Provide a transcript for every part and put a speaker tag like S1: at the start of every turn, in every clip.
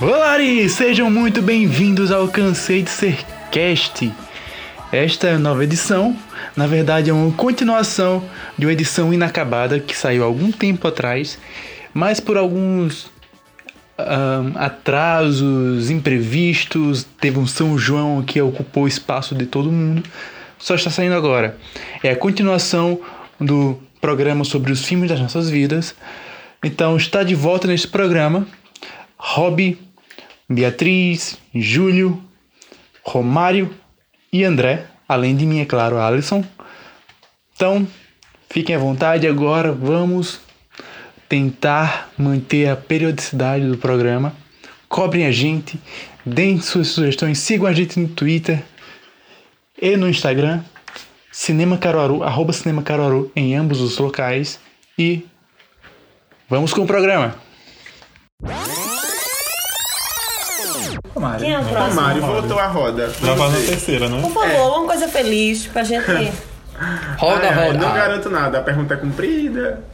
S1: Olá, sejam muito bem-vindos ao Cansei de Ser Cast. Esta é a nova edição, na verdade é uma continuação de uma edição inacabada que saiu algum tempo atrás, mas por alguns ahn, atrasos imprevistos, teve um São João que ocupou o espaço de todo mundo, só está saindo agora. É a continuação do programa sobre os filmes das nossas vidas. Então está de volta neste programa Rob, Beatriz, Júlio, Romário e André, além de mim, é claro, a Alisson. Então, fiquem à vontade agora, vamos tentar manter a periodicidade do programa. Cobrem a gente, deem suas sugestões, sigam a gente no Twitter e no Instagram, Cinema Caruaru, arroba Cinema Caruaru em ambos os locais. E vamos com o programa.
S2: Quem é o
S3: O
S2: próximo?
S3: Mário voltou à roda.
S4: Já faz a
S3: Não sei.
S4: terceira, né?
S2: Por favor, uma coisa feliz pra gente.
S3: Ah,
S5: Roda,
S3: é,
S5: roda.
S3: Não garanto nada, a pergunta é comprida.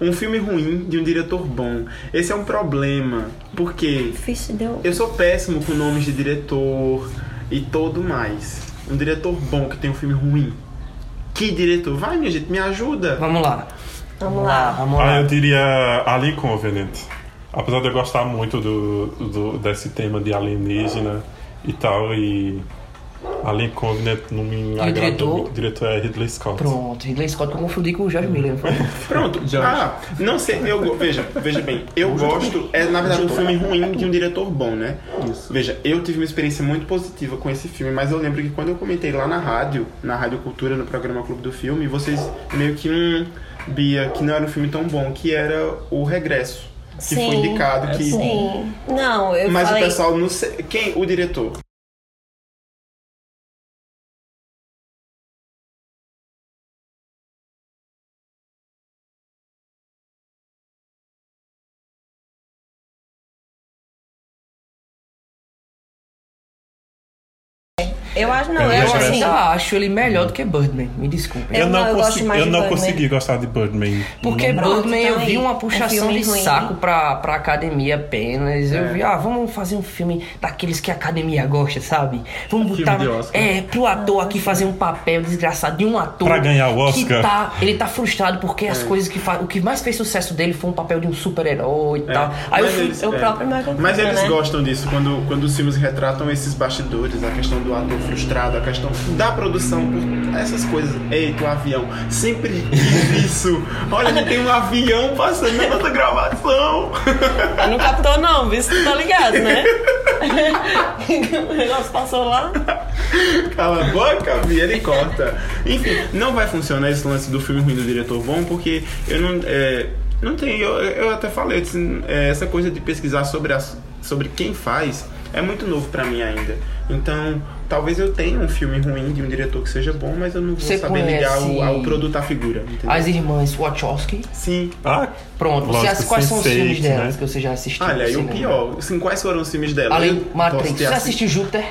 S3: Um filme ruim de um diretor bom. Esse é um problema. Porque
S2: Fixe, deu.
S3: eu sou péssimo com nomes de diretor e todo mais. Um diretor bom que tem um filme ruim. Que diretor? Vai, minha gente, me ajuda.
S5: Vamos lá.
S2: Vamos lá.
S5: Vamos
S4: Ah,
S5: lá.
S4: eu diria Alien Covenant. Apesar de eu gostar muito do, do- desse tema de alienígena e tal, e Alien Covenant não me agradou
S5: diretor?
S4: muito. O diretor é Ridley Scott.
S5: Pronto, Ridley Scott, eu confundi com o George Miller. não foi?
S3: Pronto. Ah, não sei. Eu, go- veja, veja bem. Eu gosto. É na verdade um filme ruim de um diretor bom, né? Isso. Veja, eu tive uma experiência muito positiva com esse filme, mas eu lembro que quando eu comentei lá na rádio, na Rádio Cultura, no programa Clube do Filme, vocês meio que hum, Bia, que não era um filme tão bom, que era o Regresso. Que foi
S2: Sim.
S3: indicado que.
S2: Sim. Não, eu
S3: Mas
S2: falei.
S3: o pessoal não sei. Quem? O diretor.
S2: Eu acho não,
S4: Eu
S2: eu acho
S4: acho
S2: assim.
S5: Eu é. Ah, acho ele melhor do que Birdman, me desculpem.
S2: Eu
S4: Eu não,
S2: não, eu
S4: consi-
S2: gosto mais
S4: eu
S2: de
S4: não
S2: Birdman.
S4: consegui gostar de Birdman.
S5: Porque
S2: É,
S4: Não-
S2: Pronto,
S5: Birdman eu
S2: então
S5: vi
S2: aí,
S5: uma
S2: um
S5: puxação
S2: filme
S5: de
S2: ruim.
S5: saco pra, pra academia apenas.
S3: É.
S5: Eu vi, ah, vamos fazer um filme daqueles que a academia gosta, sabe? Vamos
S3: Filme
S5: botar.
S3: de Oscar.
S5: É, pro ator aqui fazer um papel desgraçado de um ator.
S4: Pra ganhar o Oscar.
S5: Que tá, ele tá frustrado porque
S3: É.
S5: as coisas que fa... O que mais fez sucesso dele foi um papel de um super-herói e tal. Aí eu
S3: É. Mas
S5: fui.
S3: eles-
S2: É
S3: é.
S2: o próprio Michael
S3: Mas
S2: Keaton,
S3: eles
S2: né?
S3: gostam disso, quando, quando os filmes retratam esses bastidores, a questão do ator frustrado, a questão da produção, por- essas coisas. Eita, o avião. Sempre diz isso. Olha, não tem um avião passando na nossa gravação.
S2: Mas Não captou, não, viu? Você tá ligado, né? o negócio passou lá.
S3: Cala a boca, Bia, ele corta. Enfim, não vai funcionar esse lance do filme ruim do diretor bom, porque eu não. é, não tem. Eu, eu até falei, assim, é, essa coisa de pesquisar sobre, as- sobre quem faz é muito novo pra mim ainda. Então, talvez eu tenha um filme ruim de um diretor que seja bom, mas eu não vou
S5: Você
S3: saber ligar
S5: conhece-
S3: ao, ao produto à figura. Entendeu?
S5: As irmãs Wachowski.
S3: Sim.
S4: Ah,
S5: Pronto,
S4: lógico,
S5: se as- quais são os
S4: Sense8,
S5: filmes delas
S4: né?
S5: que você já assistiu?
S3: Olha, e o
S5: Cinema?
S3: pior, assim, quais foram os filmes dela?
S5: Além
S3: Eu posso
S5: Matrix,
S3: ter
S5: você
S3: assi-
S5: assistiu Júpiter?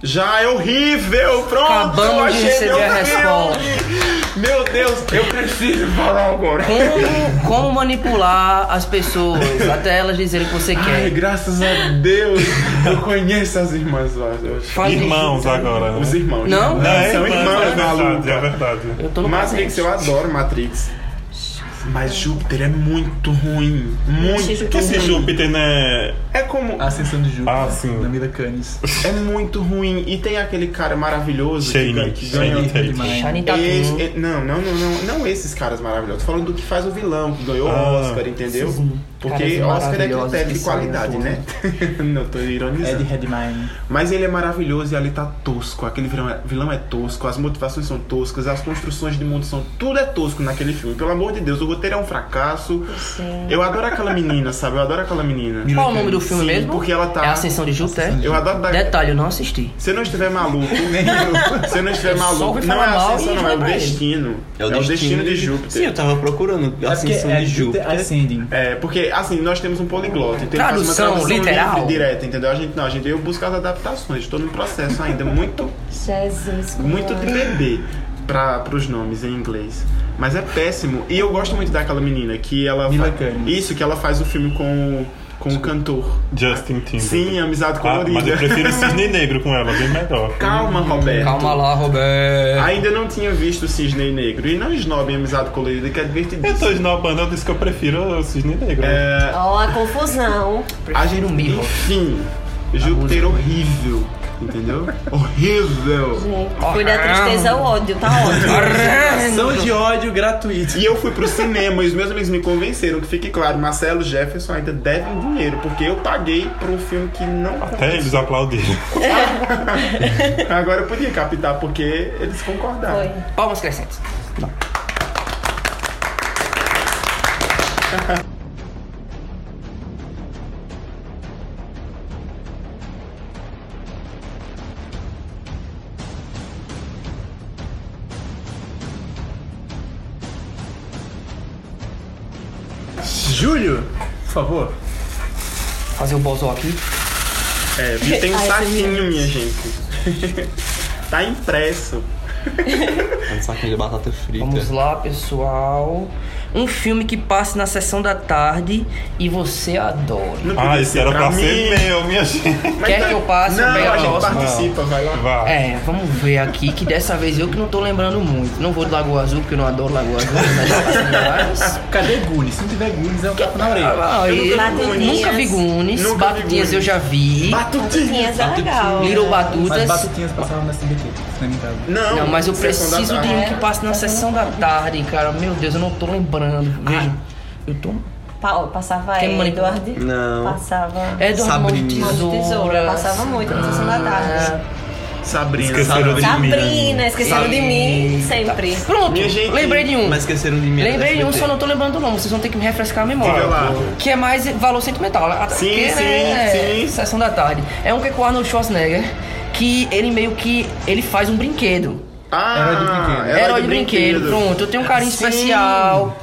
S3: Já é horrível, pronto!
S5: Acabamos de
S3: achei
S5: receber
S3: meu
S5: a resposta.
S3: filme. Meu Deus, eu preciso falar agora.
S5: Como, como manipular as pessoas até elas dizerem o que você
S3: Ai,
S5: quer?
S3: graças a Deus, eu conheço as irmãs lá. eu acho.
S5: Faz isso.
S4: Irmãos
S2: então,
S4: agora, né?
S3: Os irmãos.
S5: Não?
S3: né?
S4: Não, é
S3: são
S4: irmãos, é
S3: irmãos na
S4: verdade, é
S3: luta.
S4: verdade.
S5: Eu tô no
S3: Matrix,
S5: presente.
S3: eu adoro Matrix. Mas Júpiter é muito ruim. Muito
S5: é
S2: Júpiter.
S4: Esse
S3: ruim.
S4: Júpiter, né?
S3: É como.
S6: A Ascensão de Júpiter,
S4: Ah, sim.
S6: na Mila Canis.
S3: É muito ruim. E tem aquele cara maravilhoso que ganha-
S4: Shane,
S3: que
S4: Shane
S3: ganha.
S4: Tate.
S6: Demais.
S5: Shani Tatum.
S3: Esse- é- não, não, não, não, não esses caras maravilhosos. Tô falando do que faz o vilão, que ganhou o
S4: Ah,
S3: Oscar, entendeu?
S5: sim.
S3: Porque
S5: Caras
S3: Oscar é
S5: maravilhosos
S3: critério
S5: que
S3: de qualidade,
S5: sonham
S3: né? não, tô ironizando.
S6: Ed Redmayne.
S3: Mas ele é maravilhoso e ali tá tosco. Aquele vilão é, vilão é tosco, as motivações são toscas, as construções de mundo são. Tudo é tosco naquele filme. Pelo amor de Deus, o roteiro é um fracasso.
S2: Sim.
S3: Eu adoro aquela menina, sabe? Eu adoro aquela menina.
S5: Qual é o nome do filme
S3: Sim,
S5: mesmo?
S3: porque ela tá-
S5: É a Ascensão de Júpiter?
S3: Eu adoro da...
S5: Detalhe, eu não assisti.
S3: Se não estiver maluco, se não estiver
S5: Eu só
S3: maluco,
S5: ouvi
S3: não
S5: falar
S3: é a
S5: mal e
S3: ascensão, não, é
S5: vai
S3: o
S5: pra ele.
S3: destino. É o destino de Júpiter.
S7: Sim, eu tava procurando a
S6: É porque
S7: ascensão
S6: é
S7: de Júpiter.
S6: Júpiter Ascending.
S3: É, porque assim, nós temos um poliglota, então ele faz uma
S5: Tradução literal?
S3: livre e direta, entendeu? A gente não, a gente veio buscar as adaptações, estou num processo ainda muito,
S2: Jesus.
S3: muito de
S2: Cristo.
S3: bebê para os nomes em inglês. Mas é péssimo. E eu gosto muito daquela menina que ela
S6: Mila
S3: fa-
S6: Kunis.
S3: isso que ela faz o filme com o- com o cantor.
S4: Justin Timberlake.
S3: Sim, amizade
S4: Ah,
S3: colorida.
S4: mas eu prefiro Cisne Negro com ela, bem melhor.
S3: Calma, Roberto.
S5: Hum, Calma lá, Roberto.
S3: Ainda não tinha visto o Cisne Negro. E não esnobe amizade colorida, que é
S4: Eu tô
S3: divertidíssimo.
S4: esnobando, eu disse que eu prefiro o Cisne Negro.
S3: É,
S2: Ó, a confusão.
S3: a gente,
S5: Prefiro Mirror.
S4: Tá
S3: enfim, Júpiter horrível. Entendeu? horrível.
S2: Gente, foi da tristeza ao ódio, tá ótimo.
S1: Ação de ódio gratuito.
S3: E eu fui pro cinema e os meus amigos me convenceram que fique claro, Marcelo Jefferson ainda deve um dinheiro, porque eu paguei por um filme que não.
S4: Até É, eles aplaudiram.
S3: Agora eu podia captar porque eles concordaram.
S2: Foi.
S5: Palmas crescentes.
S1: Júlio, por favor.
S5: Fazer o bozó aqui.
S3: É, vi- tem um
S2: Ai,
S3: saquinho,
S2: meu
S3: minha gente. tá impresso.
S7: Um saquinho de batata frita.
S5: Vamos lá, pessoal. Um filme que passe na sessão da tarde e você adora.
S3: Não
S4: Ah,
S3: podia
S4: esse era pra ser meu, minha gente.
S3: Mas
S5: Quer
S3: tá-
S5: que eu passe?
S3: Não,
S5: Bem,
S3: a
S5: eu
S3: gente
S5: posso.
S3: participa, vai lá.
S4: Vá.
S5: É, vamos ver aqui que dessa vez eu que não tô lembrando muito. Não vou de Lagoa Azul, porque eu não adoro Lagoa Azul. Mas...
S1: Cadê Gunis? Se não tiver Gunis, é um tapa na orelha.
S5: Aí,
S2: nunca vi Goonies.
S5: nunca vi Gunis.
S3: Nunca vi
S5: Batutinhas
S3: Goonies.
S5: eu já vi.
S2: Tinhas é legal.
S5: Little
S1: Mas
S5: Batutas.
S1: batutinhas passavam na SBT, cinema em casa.
S3: Não,
S5: Não, mas eu
S3: é sessão da
S5: preciso de
S3: tarde.
S5: um que passe na sessão da tarde, cara. Meu Deus, eu não tô lembrando.
S3: Ah,
S5: Veja, eu tô.
S2: Pa- passava
S5: Quem
S2: Quem
S5: manipula?
S2: Edward.
S7: Não.
S2: Passava.
S5: É do Armão de
S7: Sabrina.
S5: Tesoura.
S2: Passava muito na sessão da tarde.
S3: Sabrina.
S4: Esqueceram Ah, de mim.
S2: Sabrina, esqueceram de mim
S5: Tá.
S2: sempre.
S5: Pronto,
S3: Minha gente-
S5: lembrei de um.
S7: Mas esqueceram de mim. era
S5: Lembrei de um,
S7: SBT.
S5: só não tô lembrando o nome. Vocês vão ter que me refrescar a memória.
S3: Vai lá.
S5: Que é mais valor sentimental. Até
S3: Sim,
S5: porque,
S3: sim,
S5: né,
S3: sim.
S5: Sessão da tarde. É um que é com o Arnold Schwarzenegger. Que ele meio que. Ele faz um brinquedo.
S3: Ah,
S1: Herói de brinquedo.
S3: Herói,
S5: Herói de brinquedo. Pronto, eu tenho um carinho
S3: Sim.
S5: especial.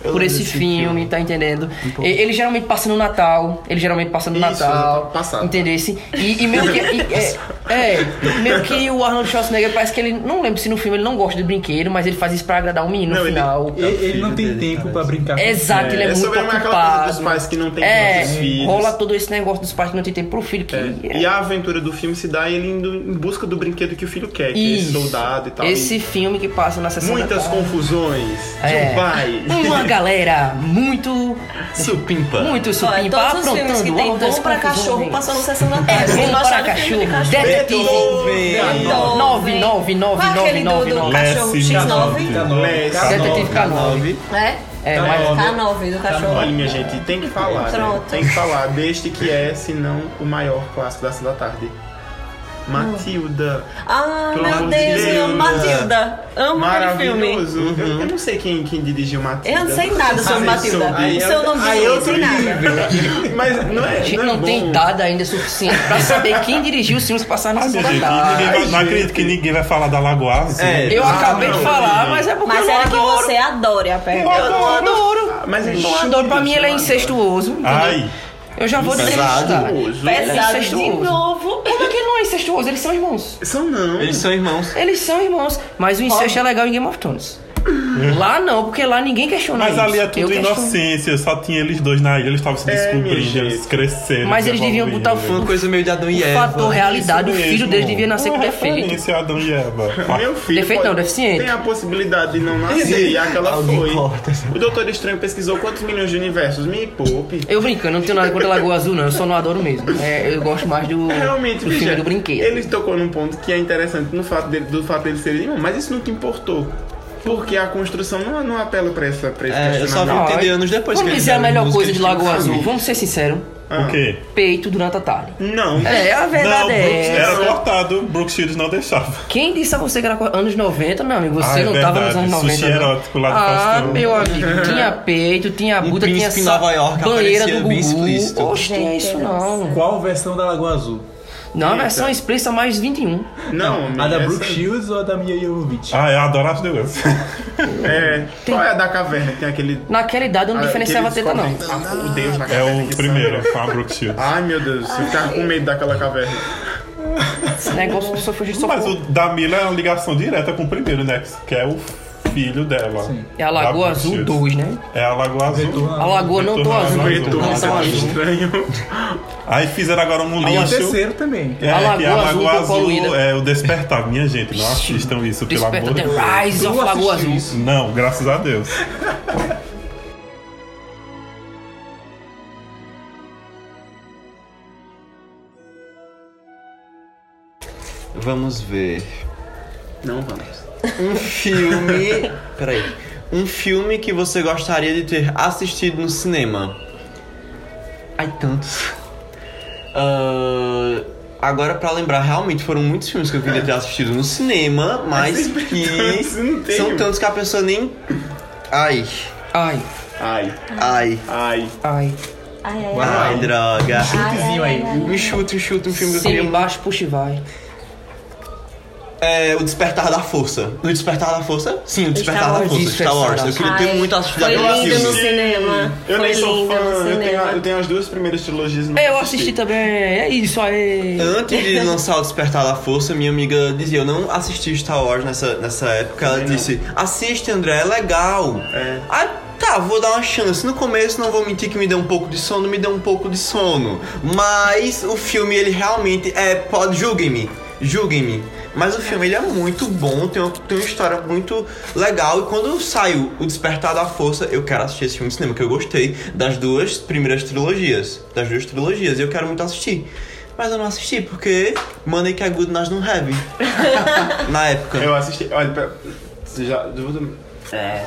S5: Por esse filme, tá entendendo? E- Ele geralmente passa no Natal. Ele geralmente passa no
S3: Um Isso,
S5: Natal.
S3: Natal passado.
S5: Entendesse? E, e meio que. e- é, é, meio que o Arnold Schwarzenegger parece que ele. Não lembro se no filme ele não gosta de brinquedo, mas ele faz isso pra agradar o menino
S3: Não,
S5: no
S3: ele-
S5: final.
S1: Ele, ele não tem
S7: dele,
S1: tempo
S7: parece.
S1: pra brincar com
S5: Exato, ele é,
S3: É
S5: muito
S3: sobre aquela coisa
S5: ocupado.
S3: dos pais que não têm
S5: é,
S3: tantos filhos. É,
S5: rola todo esse negócio dos pais que não tem tempo pro filho. Que é
S3: E a aventura do filme se dá ele indo em busca do brinquedo que o filho quer, que é esse
S5: Isso.
S3: soldado e tal.
S5: Esse
S3: E
S5: filme que passa na sessão
S3: Muitas
S5: da tarde.
S3: confusões de
S5: É.
S3: um pai.
S5: Uma galera muito.
S7: Supimpa.
S5: Muito
S2: Ó,
S5: supimpa,
S2: todos os filmes que
S5: aprontando
S2: tem
S5: altas
S2: bom pra
S5: confusões.
S2: cachorro passou na sessão da
S5: É
S2: tarde. Vocês
S5: bom para
S2: gostaram do
S5: cachorro.
S2: filme de
S5: Detetive.
S3: Beethoven.
S5: Nove, nove,
S2: Qual é
S5: nove,
S2: aquele do,
S5: nove, nove,
S2: do
S5: nove.
S2: cachorro
S4: Leste, né?
S2: X9?
S5: Detetive K9.
S2: Né?
S3: Tá
S5: É, mas
S2: K9 do
S3: Olha,
S2: cachorro.
S3: minha gente, tem que falar, né?
S2: Pronto.
S3: Tem que falar deste que é, se não, o maior clássico da Sessão da Tarde. Matilda.
S2: Ah,
S3: Pelo amor
S2: meu
S3: de
S2: Deus, eu amo
S3: Deus.
S2: Matilda. Amo aquele é um filme. Uhum.
S3: Maravilhoso. Eu, eu não sei quem, quem dirigiu Matilda.
S2: Eu não sei nada sobre
S3: Ah,
S2: Matilda.
S3: aí
S2: O
S3: é-
S2: seu nome
S3: aí
S2: diz,
S3: é
S2: eu
S3: outro
S2: sei nada.
S3: nível. Mas não é.
S5: a gente
S3: é
S5: não tem
S3: bom.
S5: dado ainda suficiente pra saber quem dirigiu os filmes que
S3: Tá
S5: passaram na
S4: Minha
S5: sessão da
S4: gente,
S5: tarde.
S4: ninguém vai- não acredito que ninguém vai falar da Lagoa Azul.
S7: É.
S5: Eu
S3: Ah,
S5: acabei de
S3: não,
S5: falar,
S3: não.
S5: mas é porque
S2: Mas
S5: eu não
S2: era que
S5: adoro.
S2: você adore a
S5: Eu
S2: perna.
S5: não adoro.
S3: Ah, Mas é Ah,
S5: Eu adoro, pra mim ele é incestuoso. entendeu?
S4: Ai.
S5: Eu já vou dizer
S7: Pesado.
S3: Maravilhoso.
S2: Pesado de
S5: Incestuoso.
S2: novo.
S5: Como é que ele não é incestuoso? Eles são irmãos.
S3: São não.
S7: Eles são irmãos.
S5: Eles são irmãos. Mas o incesto é legal em Game of Thrones. Lá não, porque lá ninguém questiona
S4: Mas
S5: isso.
S4: ali é tudo
S5: Eu questiono.
S4: inocência, só tinha eles dois na ilha, eles estavam se
S3: É,
S4: descobrindo,
S3: minha
S4: eles
S3: gente.
S4: cresceram.
S5: Mas eles deviam botar o
S7: Foi uma coisa meio de Adão e
S6: É,
S5: O
S7: Eva.
S5: fator realidade, o filho dele devia nascer
S4: é
S5: com defeito.
S4: Referência a Adão e Eva.
S3: Meu filho.
S5: Defeito
S3: pode-
S5: não, deficiente.
S3: Tem a possibilidade de não nascer. E aquela
S7: Alguém
S3: foi.
S7: corta.
S3: O Doutor Estranho pesquisou quantos milhões de universos? Me poupe.
S5: Eu brincando, eu não tenho nada contra Lagoa Azul, não. Eu só não adoro mesmo. É, eu gosto mais do,
S3: Realmente,
S5: do é filme
S3: veja,
S5: do brinquedo.
S3: ele tocou num ponto que é interessante no fato dele, do fato dele ser irmão, mas isso não te importou. Porque a construção não, não apela pra essa pra esse
S7: É, eu só vi
S3: questionamento.
S5: Não,
S7: entender
S5: eu-
S7: anos depois
S5: Vamos
S7: que eles
S5: dizer a
S7: eram
S5: melhor
S7: músicos,
S5: coisa de
S7: eles tinham
S5: Lagoa Azul.
S7: família.
S5: Vamos ser sinceros.
S3: Ah,
S4: O quê?
S5: Peito durante a tarde.
S3: Não.
S5: É, a
S4: Não,
S5: verdade é
S4: Brooks-
S5: essa.
S4: era cortado, Brooks Shields não deixava.
S5: Quem disse a você que era co- anos 90, meu amigo? Você
S4: Ah, é
S5: não tava nos
S4: verdade.
S5: anos 90.
S4: Sushi
S5: não.
S4: erótico lá do
S5: Ah,
S4: Faustão.
S5: meu amigo. Tinha peito, tinha
S7: Um
S5: bunda, tinha
S7: príncipe em
S5: sa-
S7: Nova York
S5: banheira
S7: aparecia
S5: do
S7: bem
S5: Gugu.
S7: explícito.
S5: Oxe, tinha
S2: Gente,
S5: isso
S2: era
S5: não.
S1: Qual versão da Lagoa Azul?
S5: Não, a
S3: Eita.
S5: versão explícita mais 21.
S3: Não,
S1: a da
S3: essa-
S1: Brooke Shields ou a da Mia Jovovich?
S4: Ah, eu adoro as duas.
S3: É. Qual é a da caverna? Tem aquele.
S5: Naquela idade eu não
S3: ah,
S5: diferenciava
S3: aquele
S5: teta, não.
S3: descobre- Ah, o Deus na
S4: É
S3: caverna.
S4: o
S3: que
S4: primeiro,
S3: sangra.
S4: com a Brooks Shields.
S3: Ai meu Deus, eu ficava com medo daquela caverna.
S5: Esse negócio só fugir só
S4: Mas
S5: pro-
S4: o da Mila é uma ligação direta com o primeiro, né? Que é o filho dela.
S6: Sim.
S5: É a Lagoa
S4: Rápidos e
S5: Azul 2,
S4: Furiosos.
S5: né?
S4: É a Lagoa Azul.
S6: Retorno
S5: A Lagoa não tô
S4: Retorno
S5: azul.
S4: Azul. Retorno
S5: Não são
S4: Azul.
S5: azul.
S3: Estranho.
S4: Aí fizeram agora um
S6: E o
S4: lixo.
S6: terceiro também.
S4: É,
S5: A
S4: que
S5: Lagoa Azul foi poluída.
S4: é o despertar. Minha gente, não assistam isso, pelo
S5: Desperta
S4: amor de
S5: The
S4: Deus.
S5: Rise
S6: Tu
S5: of Lagoa
S6: assistiu
S5: Azul.
S6: isso?
S4: Não, graças a Deus.
S7: Vamos ver.
S3: Não vamos.
S7: Um filme. Peraí. Um filme que você gostaria de ter assistido no cinema. Ai, tantos. Ah, agora, pra lembrar, realmente foram muitos filmes que eu queria ter assistido no cinema, mas que.
S3: tantos, não tem
S7: são
S3: um.
S7: tantos que a pessoa nem. Ai.
S5: Ai,
S3: Ai,
S7: Ai.
S3: ai.
S5: ai.
S2: Ai, ai, ai.
S7: Ai, droga.
S2: Ai, ai, ai,
S7: Me chuta, me chuta um filme que eu
S5: Cima
S7: queria
S5: embaixo, puxa e vai.
S7: É, o Despertar da Força. O Despertar da Força? Sim, o Despertar
S2: é Star
S7: da
S2: Wars.
S7: Força. Star Wars. Eu queria ter
S2: Ai,
S7: muito assistido
S2: foi
S7: aquele
S2: lindo no
S7: filme.
S2: cinema.
S3: Eu
S2: Foi
S3: nem sou
S2: lindo
S3: fã,
S2: no
S3: eu tenho,
S2: cinema.
S3: eu tenho as duas primeiras trilogias e não
S5: Eu assisti também, é isso aí.
S7: Antes de lançar o Despertar da Força, minha amiga dizia: Eu não assisti Star Wars nessa, nessa época. Ela
S3: Também não.
S7: disse: Assiste, André, é legal.
S3: É.
S7: Ah, tá, vou dar uma chance. No começo, não vou mentir que me deu um pouco de sono, me deu um pouco de sono. Mas o filme, ele realmente é. Pode, julguem-me. Julguem-me. Mas o filme ele é muito bom, tem uma, tem uma história muito legal. E quando saiu o Despertar da Força, eu quero assistir esse filme no cinema, que eu gostei das duas primeiras trilogias. Das duas trilogias, e eu quero muito assistir. Mas eu não assisti, porque Money que é good nós não have. Na época.
S3: Eu assisti. Olha, pra- você já. eu vou- É.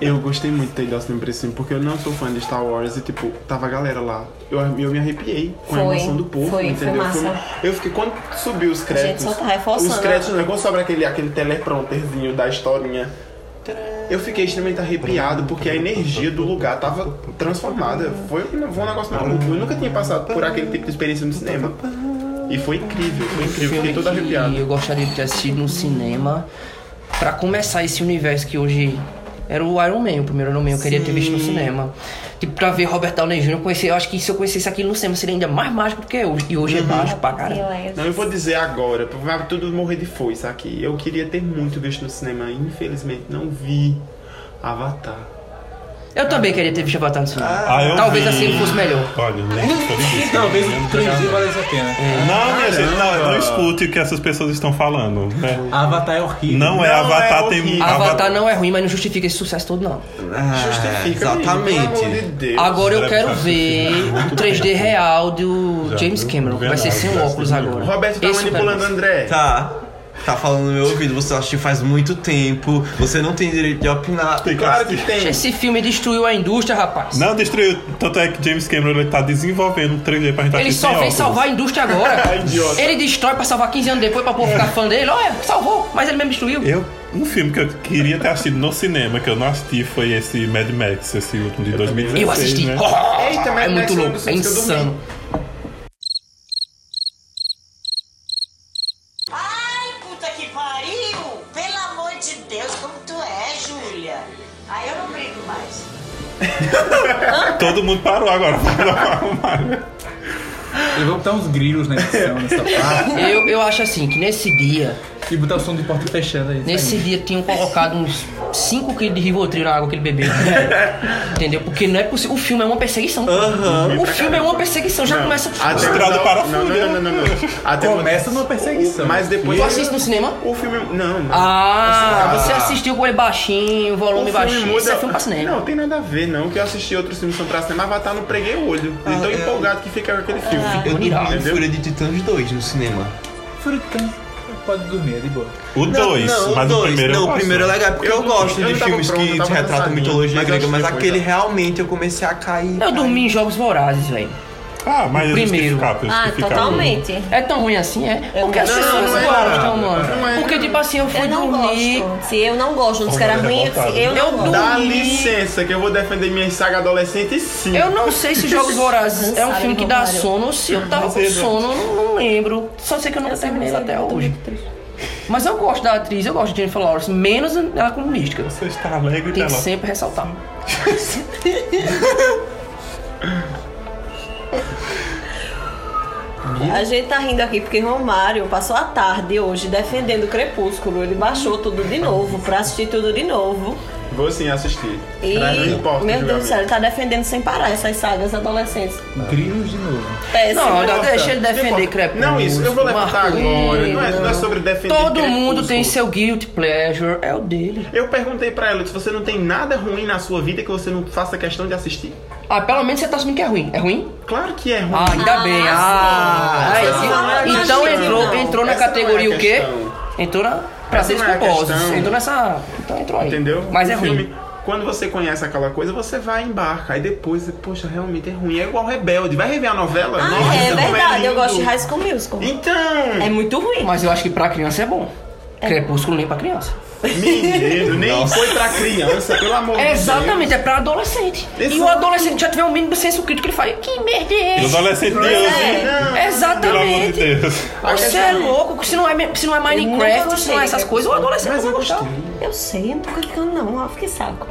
S3: Eu gostei muito de ter ido ao cinema pra esse filme, porque eu não sou fã de Star Wars e, tipo, tava a galera lá. Eu, eu me arrepiei com a
S2: Foi,
S3: emoção do povo,
S2: foi,
S3: entendeu? um-
S2: foi massa.
S3: eu fiquei, quando subiu os créditos.
S2: só tá reforçando,
S3: Os créditos, né? Quando sobra aquele, aquele teleprompterzinho da historinha. Eu fiquei extremamente arrepiado porque a energia do lugar tava transformada. Foi, um- foi um negócio maluco. Eu nunca tinha passado por aquele tipo de experiência no cinema. E foi incrível, foi incrível. Fiquei todo arrepiado.
S5: que eu gostaria de ter assistido no cinema pra começar esse universo que hoje era o Iron Man, o primeiro Iron Man, eu queria ter visto no cinema. Tipo, pra ver Robert Downey Jr. conhecer, eu acho que se eu conhecesse aquilo no cinema seria ainda mais mágico do que é hoje. E
S3: Uhum.
S5: hoje é mágico pra caralho.
S3: Não, eu vou dizer agora, porque vai tudo morrer de foice aqui. Eu queria ter muito visto no cinema, infelizmente não vi Avatar.
S5: Eu também queria ter visto Avatar no cinema.
S4: Ah, eu
S5: Talvez
S4: vi.
S5: assim fosse melhor.
S4: Olha, nem foi isso.
S6: Talvez o 3D valesse a pena.
S4: Não, minha gente, não, não escute o que essas pessoas estão falando. né?
S6: Avatar é horrível.
S4: Não é
S3: Não
S4: Avatar,
S3: é
S4: tem.
S3: horrível.
S5: Avatar não é ruim, mas não justifica esse sucesso todo, não.
S7: Ah,
S3: Justifica, menino,
S7: Exatamente.
S3: pelo amor de Deus.
S5: Agora eu
S4: deve
S5: quero
S4: estar
S5: ver o 3D real do
S4: Já,
S5: James
S4: viu?
S5: Cameron. Vai ser
S4: Verdade,
S5: sem
S4: já
S5: óculos
S4: sei.
S5: agora.
S3: Roberto tá
S5: Esse eu quero
S3: manipulando
S5: ver.
S3: André.
S7: Tá. Tá falando no meu ouvido, você assistiu faz muito tempo, você não tem direito de opinar.
S4: Tem que
S3: Claro que
S4: assistir.
S3: tem.
S5: Esse filme destruiu a indústria, rapaz.
S4: Não destruiu. Tanto é que James Cameron ele tá desenvolvendo um 3D pra gente
S5: Ele
S4: assistir
S5: só
S4: sem
S5: vem
S4: óculos.
S5: salvar a indústria agora.
S3: Idiota.
S5: ele destrói pra salvar 15 anos depois pra povo ficar fã dele. Olha, salvou, mas ele mesmo destruiu.
S4: Eu, um filme que eu queria ter assistido no cinema, que eu não assisti, foi esse Mad Max, esse último de 2016.
S5: Eu assisti.
S4: Né?
S3: Eita, mas
S5: é muito
S3: mas
S5: louco,
S3: foi
S5: é
S3: um dos filmes que eu
S5: insano.
S3: dormi.
S8: Ai, puta que pariu! Pelo amor de Deus, como tu é, Júlia! Aí eu não brigo mais.
S4: né? Todo mundo parou agora.
S6: Eu vou botar uns grilhos na edição, nessa parte.
S5: Eu, eu acho assim, que nesse dia,
S6: E botar o som do porta fechando aí.
S5: nesse
S6: saindo.
S5: dia tinham colocado uns 5 kg de Rivotril na água que ele bebeu. Entendeu? Porque não é possível. O filme é uma perseguição. O filme é uma perseguição, já começa...
S3: Até
S4: Estrada
S3: Ah, não,
S4: para
S3: não,
S4: fundo.
S3: não, não, não, Ah, não. Até
S6: Começa numa perseguição.
S3: Mas depois.
S5: Tu assiste no cinema?
S3: O filme. Não, não.
S5: Ah,
S3: Assim,
S5: você
S3: ah.
S5: assistiu com ele baixinho, volume baixinho. Isso é filme pra cinema.
S3: Não, tem nada a ver, não. Que eu assisti outros filmes que são pra cinema, Avatar não preguei o olho. De tão
S7: eu-
S3: empolgado que fica com aquele filme.
S5: Ah.
S7: Eu dormi em
S3: Entendeu?
S7: Fúria de Titãs 2 no cinema.
S6: Furutã. Pode dormir, é de boa.
S4: O dois
S7: não,
S4: mas o
S7: dois.
S4: primeiro eu
S7: Não, o
S4: gosto.
S7: primeiro é legal, porque eu,
S3: Eu não-
S7: gosto
S3: eu
S7: de
S3: não tava
S7: filmes
S3: pronto, eu
S7: que
S3: tava
S7: retratam
S3: cansadinho,
S7: mitologia
S3: mas eu
S7: grega,
S3: assisti
S7: mas
S3: depois,
S7: aquele
S3: tá?
S7: realmente eu comecei a cair.
S5: Eu dormi em Jogos Vorazes, velho.
S7: é
S4: Ah, mas eu
S5: Primeiro.
S4: Ficar, eu
S2: Ah,
S4: ficar-
S2: totalmente.
S5: É tão ruim assim, é? Porque as
S3: não,
S5: pessoas
S3: não é
S5: gostam,
S3: nada. Não é
S5: mano. Porque, tipo assim, eu fui
S2: Eu não
S5: dormir...
S2: gosto. Se eu não gosto, não dos caras ruins, eu
S5: Eu
S2: não gosto.
S3: Dá
S5: dormi.
S3: licença que eu vou defender minha saga adolescente sim.
S5: Eu não sei se Jogos Vorazes é um
S2: Cansada,
S5: filme que dá
S2: Romário.
S5: sono ou se eu tava com sono, eu não lembro. Só sei que eu nunca terminei ele até hoje. Mas eu gosto da atriz, eu gosto de Jennifer Lawrence, menos ela como mística.
S4: Você está alegre
S5: Tem que
S4: dela.
S5: sempre ressaltar.
S2: A gente tá rindo aqui porque Romário passou a tarde hoje defendendo o Crepúsculo. Ele baixou tudo de novo pra assistir tudo de novo.
S3: Vou sim assistir.
S2: E,
S3: não importa o
S2: meu Deus
S3: julgamento.
S2: do céu, ele tá defendendo sem parar essas sagas adolescentes.
S6: Grilos de novo.
S2: Péssimo.
S5: Não, já deixa ele defender Crepúsculo.
S3: Não, isso, eu vou levantar
S5: Marco
S3: agora. Não é, não é
S5: Lino.
S3: sobre defender
S5: Todo
S3: Crepúsculo.
S5: mundo tem seu guilty pleasure, é o dele.
S3: Eu perguntei pra ela se você não tem nada ruim na sua vida que você não faça questão de assistir.
S5: Ah, pelo menos você tá assumindo que é ruim. É ruim?
S3: Claro que é ruim.
S5: Ah, ainda bem. Ah,
S3: sim.
S5: aí
S3: Essa
S5: sim.
S3: não é a
S5: então
S3: questão.
S5: entrou, entrou na
S3: Essa não é a
S5: categoria o quê?
S3: questão.
S5: Entrou na prazeres
S3: não é a
S5: culposos.
S3: questão.
S5: entrou nessa. Então entrou aí.
S3: Entendeu?
S5: Mas é
S3: O
S5: ruim.
S3: filme, Quando você conhece aquela coisa, você vai e embarca. Aí depois, você, poxa, realmente é ruim. É igual Rebelde. Vai rever a novela?
S2: Ah,
S3: Nossa, um
S2: é
S3: como
S2: verdade, eu
S3: lindo.
S2: gosto de High School Musical.
S3: Então,
S2: É muito ruim.
S5: Mas eu acho que pra criança é bom. Crepúsculo nem pra criança.
S3: menino, nem foi pra criança, pelo amor de Deus.
S5: Exatamente, é pra adolescente. E o
S3: Exato.
S5: adolescente já tiver o mínimo senso crítico, ele fala, que merda é
S4: Os
S5: essa?
S4: adolescentes de hoje,
S3: Não,
S5: É.
S4: hein? Pelo amor de
S5: Exatamente.
S4: Deus.
S5: Você é louco, se não é, se não é
S2: nunca
S5: Minecraft,
S2: gostei
S5: se não é essas
S2: de
S5: coisas, o adolescente
S3: Mas
S5: não
S3: eu
S5: vai gostar.
S3: gostei.
S2: Eu sei, eu não tô criticando não, ó, que saco.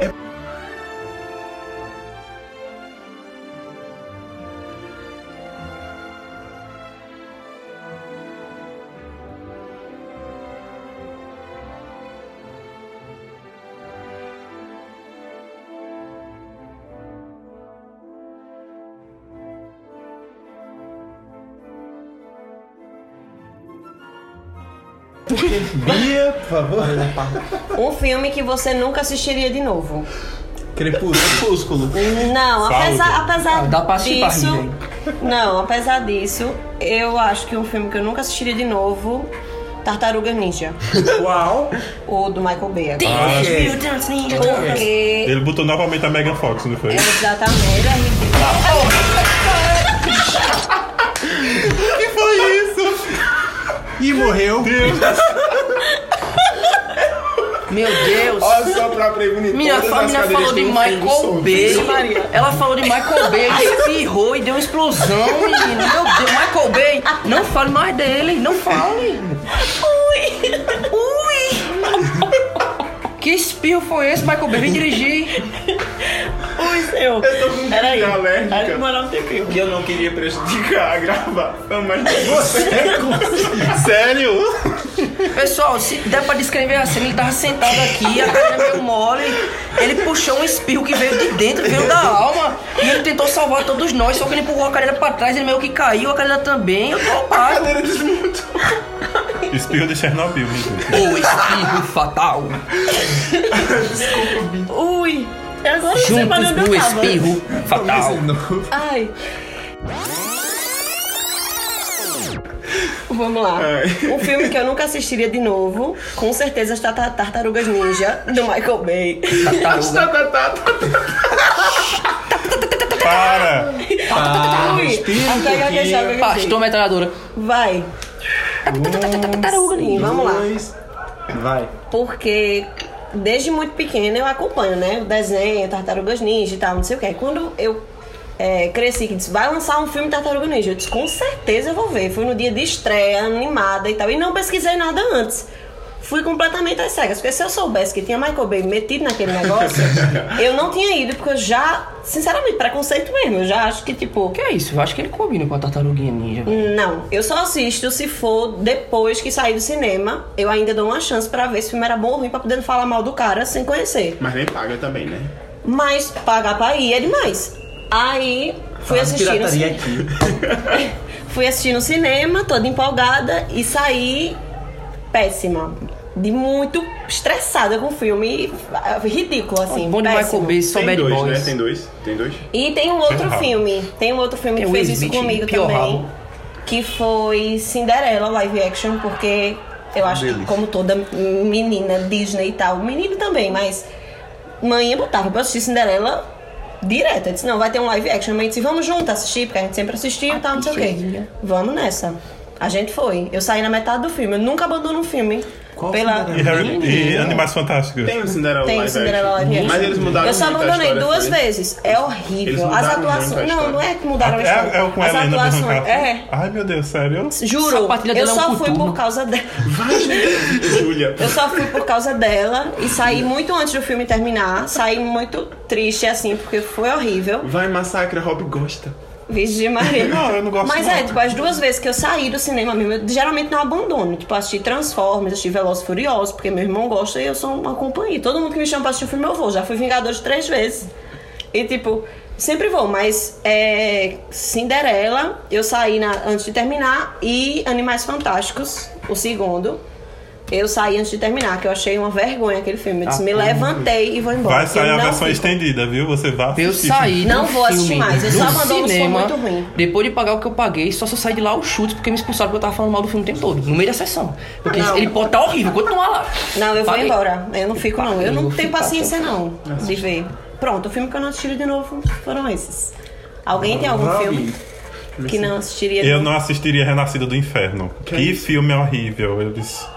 S6: Bia, por favor.
S2: Um filme que você nunca assistiria de novo.
S6: Crepúsculo.
S7: Crepúsculo.
S2: Não,
S4: Saúde.
S2: apesar, apesar
S5: Ah, dá pra assistir pra
S2: disso.
S5: rir, hein?
S2: Não, apesar disso, eu acho que um filme que eu nunca assistiria de novo. Tartaruga Ninja.
S6: Uau.
S2: o do Michael Bay. agora.
S4: Ah,
S2: Porque.
S4: ele botou novamente a Megan Fox, não foi?
S2: Exatamente. é ridículo.
S6: E morreu.
S5: Meu Deus.
S3: Olha só pra prevenir.
S5: Minha
S3: todas as
S5: família
S3: cadeiras
S5: falou de
S3: têm um
S5: Michael
S3: pingo solto.
S5: Bay. Ela falou de Michael Bay, ele espirrou e deu uma explosão, menino. Meu Deus, Michael Bay, não fale mais dele, não fale. Ui! Ui! Que espirro foi esse, Michael Bay? Vem dirigir.
S2: Ui, seu.
S3: Eu tô com
S2: Peraí.
S3: crise
S2: Vai
S3: alérgica.
S2: demorar um tempinho.
S3: E eu não queria prejudicar a gravação, mas você Sério?
S5: Pessoal, se der pra descrever a cena, ele tava sentado aqui, a cara era meio mole. Ele puxou um espirro que veio de dentro, veio da alma. E ele tentou salvar todos nós, só que ele empurrou a cadeira pra trás, ele meio que caiu, a cadeira também. Eu tô pago.
S4: Espirro de Chernobyl, menino.
S5: O espirro fatal.
S2: Ui. Eu Agora eu sei pra
S5: Juntos
S2: onde eu
S5: do
S2: tava.
S5: espirro fatal.
S2: Ai. Vamos lá. Um filme que eu nunca assistiria de novo, com certeza está Tar- Tartarugas Ninja, do Michael Bay.
S5: Tartaruga.
S4: Para!
S2: Ui, até que eu já pensei.
S5: Pastor metralhadora.
S2: Vai. Tartaruga Ninja, vamos lá.
S6: Vai.
S2: porque desde muito pequena eu acompanho, né? O desenho, Tartarugas Ninja e tal, não sei o quê. Quando eu é, cresci, que disse, vai lançar um filme Tartaruga Ninja, eu disse, com certeza eu vou ver. Foi no dia de estreia, animada e tal, e não pesquisei nada antes. Fui completamente às cegas, porque se eu soubesse que tinha Michael Bay metido naquele negócio, eu não tinha ido, porque eu já, sinceramente, preconceito mesmo, eu já acho que, tipo,
S5: Que é isso? Eu acho que ele combina com a tartaruguinha ninja. velho.
S2: não, eu só assisto se for depois que sair do cinema. Eu ainda dou uma chance pra ver se o filme era bom ou ruim pra poder falar mal do cara sem conhecer.
S3: Mas nem paga também, né?
S2: Mas pagar pra ir é demais. Aí fui
S6: Fala de
S2: assistir no
S6: pirataria
S2: cinema.
S6: aqui.
S2: Fui assistir no cinema, toda empolgada, e saí péssima. De muito estressada com o filme. Ridículo, assim.
S5: O bom de
S2: péssimo.
S5: Michael Bay só
S3: Tem
S5: bad
S3: dois,
S5: boys.
S3: né? Tem dois? Tem dois?
S2: E tem um outro
S4: Rabo.
S2: filme, tem um outro filme
S5: Tem
S2: que
S5: o
S2: fez
S5: Will
S2: isso
S5: Smith,
S2: comigo
S5: Pior
S2: também,
S5: Rabo.
S2: que foi Cinderela live action, porque eu acho que como toda menina Disney e tal, menino também, mas manhã botava pra assistir Cinderela direto. Eu disse, não, vai ter um live action. A mãe disse, vamos junto assistir, porque a gente sempre
S5: Ah,
S2: assistiu e tal, não sei o quê.
S5: princesinha.
S2: Vamos nessa. A gente foi. Eu saí na metade do filme. Eu nunca abandono um filme. pela...
S4: E, Harry, e Animais Fantásticos.
S3: Tem o Cinderela
S2: Tem
S3: Live
S2: o Cinderela
S3: Action.
S2: Live Action.
S3: é Mas eles mudaram
S2: Eu só
S3: muito a
S2: abandonei
S3: história, assim.
S2: duas
S3: foi?
S2: vezes. É
S3: Eles
S2: horrível. As
S3: mudaram muito a
S2: atuações. Não,
S3: história.
S2: não é que mudaram a história.
S4: É, é o com
S2: As
S4: Helena Bonham
S2: atuações.
S4: Carter.
S2: É.
S4: Ai, meu Deus, sério?
S2: Juro,
S5: Sapatilha
S2: eu
S5: dela é um
S2: só fui
S5: coturno.
S2: por causa dela.
S3: Vai, gente. Júlia.
S2: Eu só fui por causa dela e saí muito antes do filme terminar. Saí muito triste, assim, porque foi horrível.
S3: Vai, massacra, Rob gosta.
S2: Vixe Maria.
S4: Não, eu não gosto
S2: Mas
S4: não.
S2: é, tipo, as duas vezes que eu saí do cinema mesmo, eu geralmente não abandono. Tipo, assisti Transformers, assisti Velozes e Furiosos, porque meu irmão gosta e eu sou uma companhia. Todo mundo que me chama pra assistir o filme, eu vou. Já fui Vingadores três vezes. E, tipo, sempre vou. Mas, é, Cinderela, eu saí na- antes de terminar. E Animais Fantásticos, o segundo. Eu saí antes de terminar, que eu achei uma vergonha aquele filme. Eu
S4: Ah,
S2: disse, me levantei e vou embora.
S4: Vai
S2: porque eu
S4: sair a
S2: não
S4: versão
S2: fico.
S4: estendida, viu? Você vai
S5: Eu
S4: assistir.
S5: saí.
S2: Não
S5: do
S2: vou assistir
S5: filme,
S2: mais, eu
S5: do
S2: só abandono se for
S5: cinema,
S2: muito ruim.
S5: Depois de pagar o que eu paguei, só se eu sair de lá o chute, porque me expulsaram porque eu tava falando mal do filme o tempo todo, no meio da sessão. Porque
S2: Não.
S5: ele pode tá horrível, continuar lá.
S2: Não, eu vou
S5: Paguei.
S2: embora. Eu não fico, não. Eu não
S5: Paguei,
S2: tenho
S5: vou ficar, então.
S2: paciência, não, de ver. Pronto, o filme que eu não assisti de novo foram esses. Alguém tem algum filme que não assistiria de
S4: Eu
S2: novo?
S4: não assistiria Renascida do Inferno.
S3: é
S4: Que, filme horrível. Eles.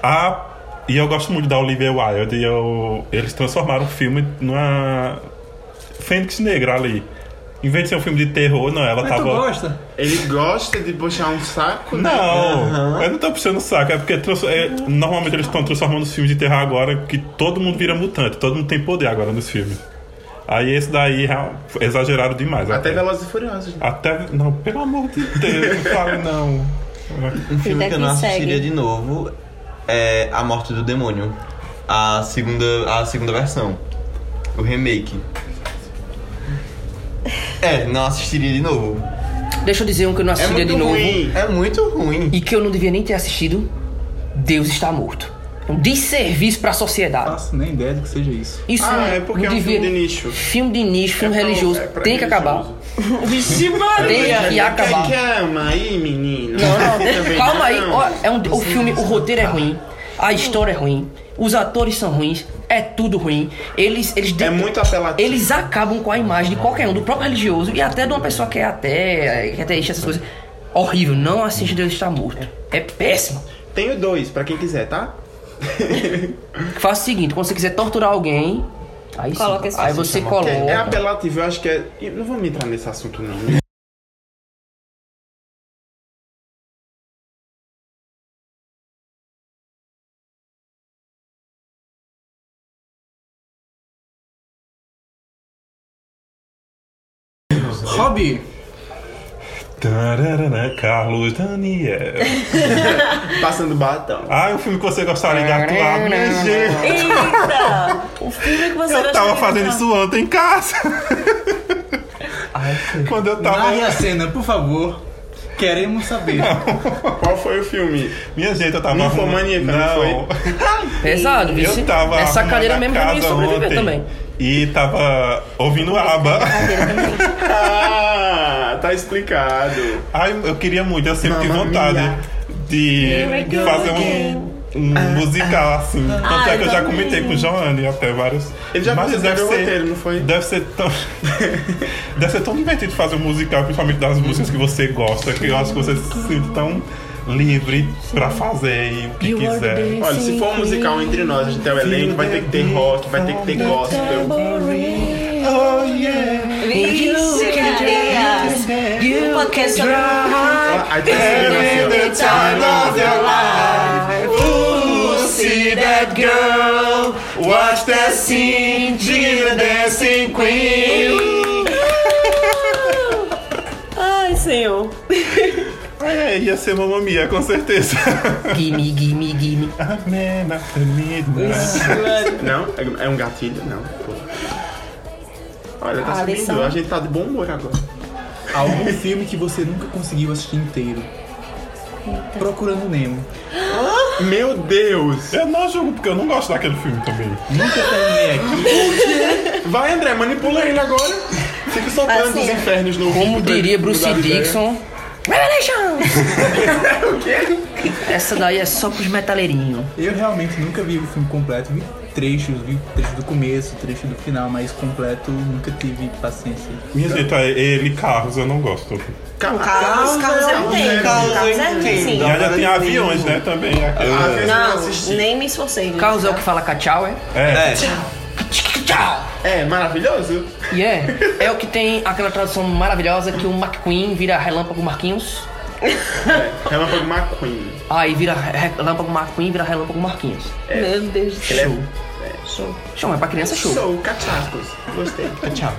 S4: Ah, e eu gosto muito da Olivia Wilde. E eu... Eles transformaram o filme numa. Fênix Negra ali. Em vez de ser um filme de terror, não, ela
S3: É
S6: Mas
S4: tava.
S6: tu gosta?
S3: Ele gosta de puxar um saco, né?
S4: Não, eu não tô puxando o saco. É porque trans- é, normalmente eles estão transformando os filmes de terror agora que todo mundo vira mutante, todo mundo tem poder agora nos filmes. Aí esse daí é exagerado demais.
S3: Até Velozes e Furiosos.
S4: Até- Não, pelo amor de Deus, não fale não.
S7: Um filme
S2: Vida
S7: que eu não
S2: que segue.
S7: assistiria de novo é A Morte do Demônio. A segunda, a segunda versão. O remake. É, não assistiria de novo.
S5: Deixa eu dizer um que eu não
S7: É
S5: assistiria
S7: muito
S5: de novo.
S7: ruim. É muito ruim.
S5: E que eu não devia nem ter assistido. Deus está morto. Um desserviço pra sociedade.
S6: Faço nem ideia do que seja isso.
S5: Isso
S3: Ah,
S5: não-
S3: é porque
S5: não
S3: é um
S5: devia-
S3: filme de nicho.
S5: Filme de nicho, filme
S3: É pra-
S5: religioso.
S3: é pra
S5: tem que acabar.
S3: religioso.
S2: Vixe, Maria!
S5: Tem que acabar.
S3: Calma aí, menino.
S5: Não, não,
S3: Também
S5: calma aí.
S3: não.
S5: Ó, é um, o filme, o roteiro é ruim, a história é ruim, os atores são ruins, é tudo ruim. Eles, eles de-
S3: É muito apelativo.
S5: Eles acabam com a imagem de qualquer um, do próprio religioso e até de uma pessoa que é até, que é ateísta, essas coisas. Horrível, não assiste Deus está morto. É péssimo.
S3: Tenho dois, pra quem quiser, tá?
S5: Faça o seguinte, quando você quiser torturar alguém, aí, sim.
S2: Coloca esse
S5: aí
S2: filme,
S5: você
S3: Que
S5: coloca.
S3: É, é apelativo, eu acho que é. e Não vamos entrar nesse assunto, não. né?
S6: Hobby.
S4: Tararara, Carlos Daniel.
S3: Passando batom.
S4: Ah, é um filme que você gostaria de atuar. Minha gente,
S2: Eita! O filme que você
S4: eu
S2: gostaria
S4: tava
S2: de
S4: fazendo
S2: entrar.
S4: isso ontem em casa. Quando eu tava.
S6: Narre a cena, por favor. Queremos saber.
S3: Qual foi o filme?
S4: Minha gente, eu tava.
S3: Ninfomaníaca, não
S4: não foi?
S5: Pesado, viu?
S4: Eu tava.
S5: Essa
S4: arrumando
S5: cadeira
S4: a
S5: mesmo pra mim
S4: casa
S5: sobreviver
S4: ontem
S5: também.
S4: E tava ouvindo aba.
S3: Ah, tá explicado.
S4: Ai, eu queria muito, eu sempre tive
S3: Mamma
S4: vontade
S3: mia. Ah.
S4: de
S2: Here we go
S4: fazer
S2: again.
S4: um. Um musical, assim. Tanto
S2: Ah,
S4: é que eu já
S2: eu
S4: comentei com o Joane até vários.
S3: Ele já
S4: Mas
S3: considerou
S4: deve
S3: o
S4: ser-
S3: roteiro, não foi?
S4: Deve ser tão. deve ser tão divertido fazer um musical, principalmente das músicas que você gosta, que eu acho que você se sente tão livre pra fazer e o que quiser.
S3: Olha, se for um musical entre nós, a gente tem o elenco, vai ter que ter rock, vai ter que ter gospel. Oh,
S2: Vixe, Maria! Um podcast sobre-
S3: Ah, Aí tem esse negócio,
S4: time of
S3: assim,
S4: your life. Ooh, see that girl. Watch that scene. She is a dancing queen.
S2: Ai, senhor.
S4: É, ia ser mamamia, com certeza.
S5: Gimme, gimme, gimme.
S4: Amen after midnight.
S3: ó. Não? É é um gatilho? Não. pô. Olha, tá subindo.
S2: Alisson.
S3: A gente tá de bom humor agora.
S6: Algum filme que você nunca conseguiu assistir inteiro. Procurando Nemo.
S3: Meu Deus!
S4: Eu não julgo, porque eu não gosto daquele filme também.
S6: Nunca terminei aqui.
S3: Vai, André, manipula ele agora. Fica soltando
S2: Assim.
S3: os infernos no
S5: Como
S4: Tipo,
S3: ouvido pra ele
S5: diria Bruce
S3: mudar de ideia.
S5: Dixon. Revelation! Essa daí é só pros metaleirinhos.
S6: Eu realmente nunca vi o filme completo. Vi trechos, vi trecho do começo, trecho do final, mas completo nunca tive paciência.
S4: Minha gente, é ele, carros, eu não gosto.
S3: Calma,
S2: Carlos, Carlos é ruim.
S3: entendo.
S2: Carlos é ruim, sim.
S4: E ainda tem aviões, né, também.
S3: Às vezes eu não
S2: Não,
S3: assisti.
S2: nem me esforcei. gente.
S5: Carlos é o que fala cachau, é?
S4: É,
S7: É.
S5: Tchau!
S3: É maravilhoso?
S5: E é, é o que tem aquela tradução maravilhosa que o McQueen vira Relâmpago Marquinhos.
S3: Relâmpago McQueen.
S5: Aí vira Relâmpago McQueen, vira Relâmpago Marquinhos.
S2: Meu Deus do
S3: Ele
S2: céu.
S3: é
S2: Show.
S5: Chama, é pra criança show.
S3: show, cachacos. Gostei.
S7: Tchau.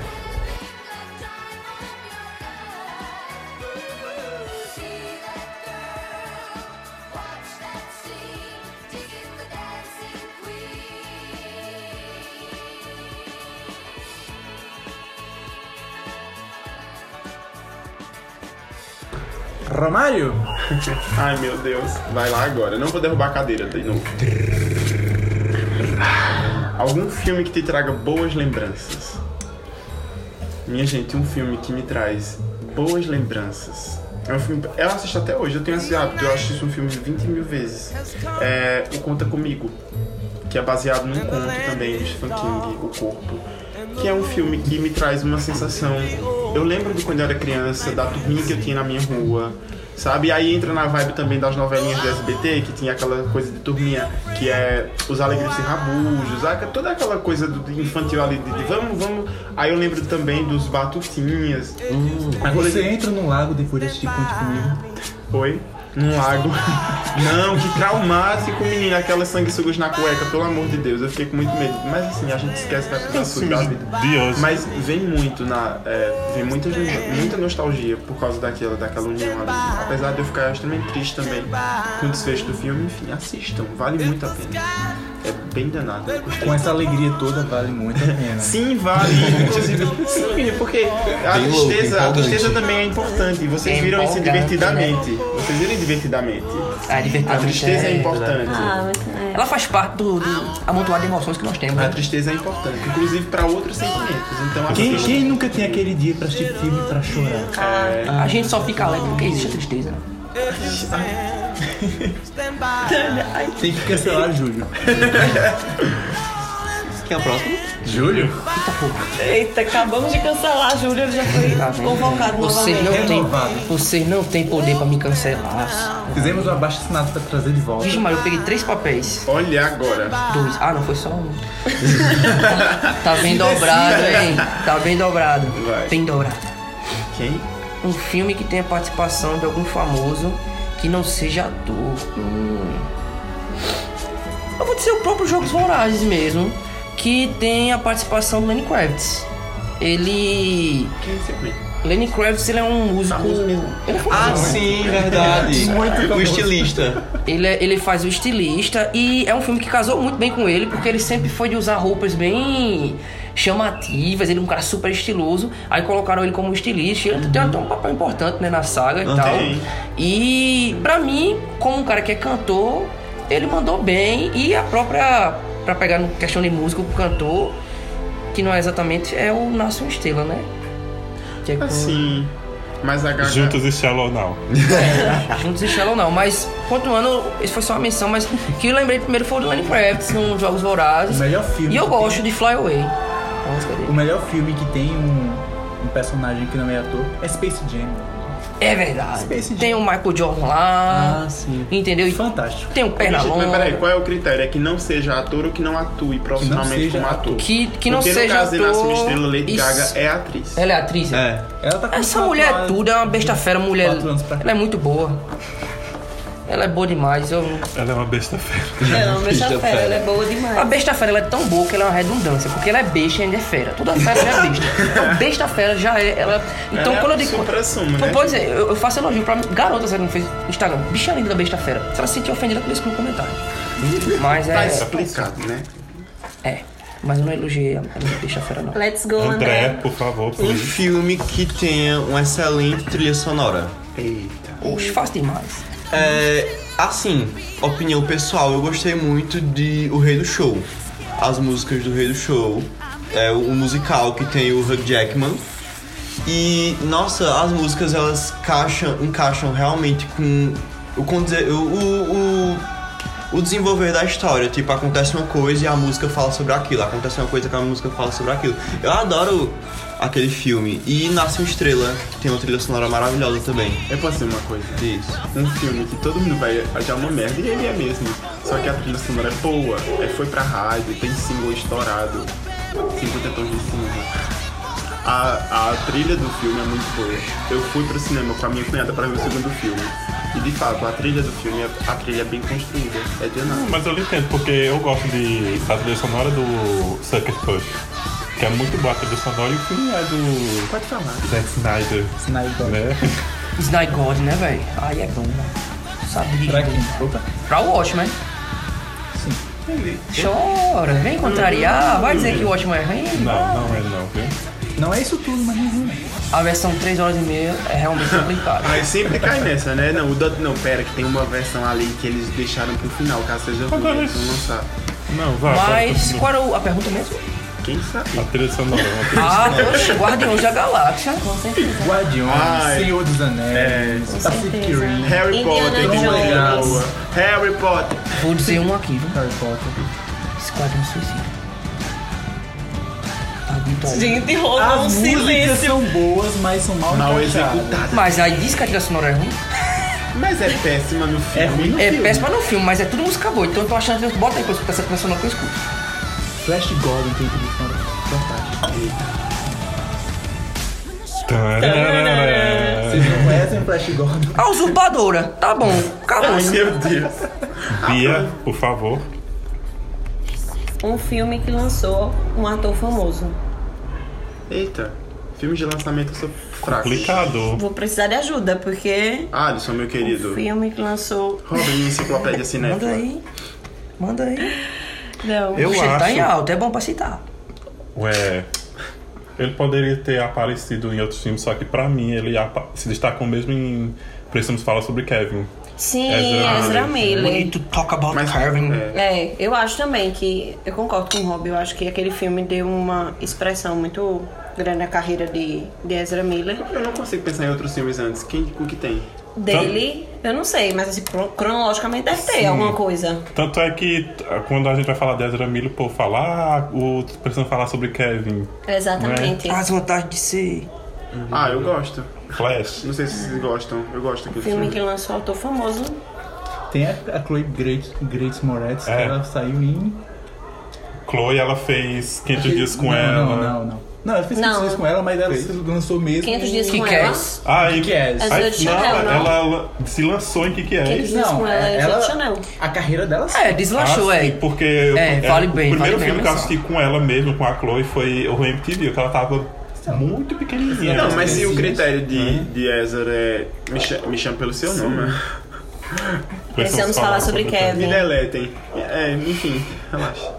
S6: Romário.
S3: Ai, meu Deus. Vai lá agora. Eu Não vou derrubar a cadeira de novo. Algum filme que te traga boas lembranças? Minha gente, um filme que me traz boas lembranças. É um filme. Eu assisto até hoje, eu tenho esse hábito, eu assisto um filme 20 mil vezes. É O Conta Comigo, que é baseado num conto também do Stephen King, O Corpo. Que é um filme que me traz uma sensação. Eu lembro de quando eu era criança, da turminha que eu tinha na minha rua. Sabe? E aí entra na vibe também das novelinhas do SBT, que tinha aquela coisa de turminha, que é os alegres e rabujos, saca? toda aquela coisa do infantil ali de, de vamos, vamos. Aí eu lembro também dos batutinhas. Agora-
S6: Você entra num lago depois de assistir Conte Comigo.
S3: Oi? Num lago. Não, que traumático, menina. Aquelas sanguessugas na cueca, pelo amor de Deus. Eu fiquei com muito medo. Mas assim, a gente esquece da
S4: Os
S3: coisa da
S4: filmes
S3: vida.
S4: de hoje.
S3: Mas vem muito na. é, vem muita, muita nostalgia por causa daquela, daquela união ali. Apesar de eu ficar extremamente triste também com o desfecho do filme, enfim, assistam, vale muito a pena. É bem danado, eu gostei.
S6: Com essa alegria toda, vale muito a pena.
S3: Sim, vale, inclusive. Sim, menina, porque a
S7: Bem louco,
S3: tristeza, a
S7: empolgante. né?
S3: tristeza também é importante. Vocês
S5: É
S3: viram isso
S5: empolgante,
S3: divertidamente. Vocês viram divertidamente.
S5: A
S3: A
S5: liberdade
S3: tristeza é importante.
S2: Ah, mas.
S5: Ela faz parte do, do amontoado de emoções que nós temos.
S3: A
S5: né?
S3: tristeza é importante, inclusive pra outros sentimentos. Então, a
S6: Quem,
S3: pessoa-
S6: quem nunca tem aquele dia pra assistir filme pra chorar?
S5: A gente só fica alegre porque existe a tristeza. né?
S6: Tem que cancelar Júlio.
S7: Quem é o próximo?
S6: Júlio?
S2: Eita, acabamos de cancelar a Júlia, ele já
S5: Tá
S2: foi
S5: vendo?
S2: convocado
S5: Vocês não
S2: novamente.
S5: têm,
S6: Renovado.
S5: vocês não têm poder pra me cancelar.
S6: Fizemos um abaixo assinado pra trazer de volta.
S5: Vixe, Maria, eu peguei três papéis.
S3: Olha agora.
S5: Dois. Ah, não, foi só um. tá bem dobrado, hein? Tá bem dobrado.
S3: Vai.
S5: Bem dobrado.
S3: Quem?
S5: Um filme que tenha participação de algum famoso que não seja ator. Hum. Eu vou dizer o próprio Jogos Vorazes mesmo. Que tem a participação do Lenny Kravitz. Ele.
S3: Quem é esse mesmo?
S5: Lenny Kravitz ele é um músico.
S3: Famoso mesmo.
S5: Ele é
S7: Ah,
S5: famoso.
S7: sim, verdade. o estilista.
S5: Ele, é- ele faz o estilista e é um filme que casou muito bem com ele, porque ele sempre foi de usar roupas bem chamativas, ele é um cara super estiloso. Aí colocaram ele como estilista, e ele tem até um papel importante né, na saga e tal.
S3: Tem.
S5: E pra mim, como um cara que é cantor, ele mandou bem e a própria. pra pegar no questão de música pro cantor, que não é exatamente, é o Nasce uma Estrela, né? Que é com-
S3: Assim. Mas a Gaga.
S4: Juntos e Shallow Now.
S5: Juntos e Shallow não, mas continuando, isso foi só uma menção, mas que eu lembrei primeiro foi o do Lenny Kravitz nos um Jogos Vorazes.
S6: O melhor filme
S5: E eu
S6: que tem.
S5: gosto de Fly Away. A música
S6: O
S5: dele.
S6: melhor filme que tem um, um personagem que não é ator é Space Jam.
S5: É verdade.
S6: Space Jam.
S5: Tem o Michael Jordan lá.
S6: Ah, sim.
S5: Entendeu? E
S6: Fantástico.
S5: Tem o
S3: Mas, gente, mas peraí,
S5: Pernalonga.
S3: qual é o critério? É que não seja ator ou que não atue profissionalmente
S6: seja
S3: como ator?
S5: Que, que não
S3: Porque
S5: seja
S3: no caso de Nasce
S5: ator.
S3: uma Estrela, Lady
S5: e-
S3: Gaga é atriz.
S5: Ela é atriz? né?
S7: É.
S6: Ela tá com
S5: Essa
S6: quatro
S5: mulher é
S6: anos.
S5: tudo, é uma besta fera, mulher.
S6: Quatro anos pra cá.
S5: Ela é muito boa. Ela é boa demais. Eu...
S4: Ela é uma besta fera.
S2: Não, mas a fera,
S7: Ficha fera.
S2: ela é boa
S5: A
S2: demais.
S5: besta fera ela é tão boa que ela é uma redundância, porque ela é besta e ainda é fera. Toda fera já é besta. Então, besta fera já é. Ela... Então,
S3: Ela é
S5: quando eu digo.
S3: supra-sumo,
S5: Pô,
S3: né?
S5: Pois é, eu eu faço elogio pra garotas ali no Face- Instagram. Bicha linda da besta fera. Se ela se sentir ofendida, ela exclui o comentário. Mas
S3: Tá
S5: é.
S3: explicado, né?
S5: É. Mas eu não elogiei a a besta fera, não.
S2: Let's go,
S4: André,
S2: André.
S4: por favor,
S7: Um
S4: please.
S7: filme que tenha uma excelente trilha sonora.
S3: Eita.
S5: Oxe, fácil demais.
S7: É, assim, opinião pessoal, eu gostei muito de O Rei do Show. As músicas do Rei do Show. É um musical que tem o Hugh Jackman. E, nossa, as músicas elas caixam, encaixam realmente com o, como dizer, o, o, o, o desenvolver da história. Tipo, acontece uma coisa e a música fala sobre aquilo. Acontece uma coisa que a música fala sobre aquilo. Eu adoro aquele filme. E Nasce uma Estrela, que tem uma trilha sonora maravilhosa também.
S3: Eu posso dizer uma coisa.
S7: Isso.
S3: um filme que todo mundo vai achar uma merda, e ele é mesmo. Só que a trilha sonora é boa, é, foi pra rádio, tem single estourado, 50 tons de cinza. A, a trilha do filme é muito boa. Eu fui pro cinema com a minha cunhada pra ver o segundo filme. E de fato, a trilha do filme, é- a trilha é bem construída, é dinâmica.
S4: Mas eu lhe entendo, porque eu gosto de, da trilha sonora do Sucker Punch. Que é muito boa a trilha sonora e o filme é do
S3: Pode falar.
S4: Zack Snyder.
S6: Sniper.
S4: Né?
S5: Snipe God, né, velho? Ai, é bom, né? Sabia.
S6: Pra quem? Opa.
S5: Pra o Watchman. Sim. Chora, vem contrariar. Vai dizer que o Watchman é ruim.
S4: Não, não é não, viu?
S6: Não é isso tudo, mas não é ruim.
S5: A versão 3 horas e meia é realmente complicada.
S3: Mas sempre cai nessa, né? Não, o Dot, não, pera, que tem uma versão ali que eles deixaram pro final, caso seja ruim,
S4: Agora
S3: eles vão
S4: isso-
S3: lançar.
S4: Não, vai.
S5: Mas
S4: vai,
S5: qual era o- a pergunta mesmo?
S3: Quem sabe?
S4: A trilha sonora. uma trilha-
S5: Ah, poxa, Guardiões da Galáxia.
S9: Com certeza.
S6: Guardiões,
S3: Ai.
S6: Senhor dos Anéis,
S9: Com
S6: Pacific
S9: certeza.
S6: Rim,
S3: Harry
S2: Indiana
S3: Potter,
S2: Jones.
S3: Jones. Harry Potter.
S5: Vou dizer um aqui, viu?
S6: Harry Potter.
S5: Esquadrão Suicida. Tá muito aí.
S2: Gente, rolou um
S6: As músicas
S2: silêncio.
S6: são boas, mas são mal,
S3: Mal
S6: encaixadas.
S3: executada.
S5: Mas aí diz que a trilha sonora é ruim.
S3: Mas é péssima no filme.
S6: ruim no
S5: É
S6: filme.
S5: péssima no filme, mas é tudo música boa. Então eu tô achando que bota aí pra eu escutar essa trilha sonora que eu escuto.
S6: Flash Gordon tem tudo fora. Fantástico.
S4: Tararara.
S6: Vocês não conhecem o Flash Gordon?
S5: A usurpadora. Tá bom, acabou.
S3: Meu Deus.
S4: Bia, por favor.
S2: Um filme que lançou um ator famoso.
S3: Eita, filme de lançamento eu sou fraco. Ah,
S4: Complicado.
S2: Vou precisar de ajuda, porque.
S3: Alisson, meu querido.
S2: Filme que lançou.
S3: Robin, enciclopédia
S5: Manda
S3: cinéfila.
S5: aí. Manda aí.
S2: Não.
S4: Eu
S5: Poxa, ele tá em
S4: acho.
S5: alta, é bom pra citar.
S4: Ué. Ele poderia ter aparecido em outros filmes, só que pra mim ele apa- se destacou mesmo em. Precisamos falar sobre Kevin.
S2: Sim,
S4: Ezra
S2: Ezra Miller.
S5: Bonito, talk about
S3: Mas-
S5: Kevin.
S3: é.
S2: É, eu acho também que. Eu concordo com o Rob, eu acho que aquele filme deu uma expressão muito grande à carreira de, de Ezra Miller.
S3: Eu não consigo pensar em outros filmes antes. Quem, o que tem?
S2: Dele, eu não sei, mas assim, cron- cronologicamente deve ter alguma coisa.
S4: Tanto é que t- quando a gente vai falar de Ezra Miller, o povo fala, ah, o, precisamos falar sobre Kevin.
S2: Exatamente.
S5: As vantagens de ser.
S3: Ah, eu gosto.
S4: Flash.
S3: Não sei se vocês gostam. Eu gosto daquele
S2: Filme
S3: filme.
S2: que lançou um ator famoso.
S6: Tem a, a Chloe Grace, Grace Moretz, que
S4: É.
S6: ela saiu em...
S4: Chloe, ela fez 500 dias com
S6: não,
S4: ela. né?
S6: Não, não, não. Não, ela fez 500
S2: Não.
S6: dias com ela, mas ela se lançou mesmo
S2: 500
S6: em-
S2: dias
S5: Que
S2: com
S5: que é
S2: ela.
S5: isso?
S4: Ah, e-
S6: Que que é?
S4: aí-
S2: Essa é de
S4: não,
S2: Chanel, não?
S4: ela, ela se lançou em que que é?
S2: 500 dias com ela é Jade Chanel.
S6: A carreira dela
S5: É,
S6: saiu.
S5: deslachou,
S4: Ah, sim,
S5: é.
S4: Porque eu-
S5: É,
S4: é,
S5: vale
S4: o
S5: bem, vale
S4: primeiro
S5: bem a
S4: filme que eu
S5: menção.
S4: assisti com ela mesmo, com a Chloe, foi o MTV, que ela tava muito pequenininha.
S3: Não, mas
S4: Assim.
S3: se o
S6: Sim.
S3: critério de, de Ezra é. Me, cha- me chama pelo seu nome.
S2: Precisamos falar sobre
S3: Me
S2: Kevin.
S3: deletem. É, enfim, relaxa.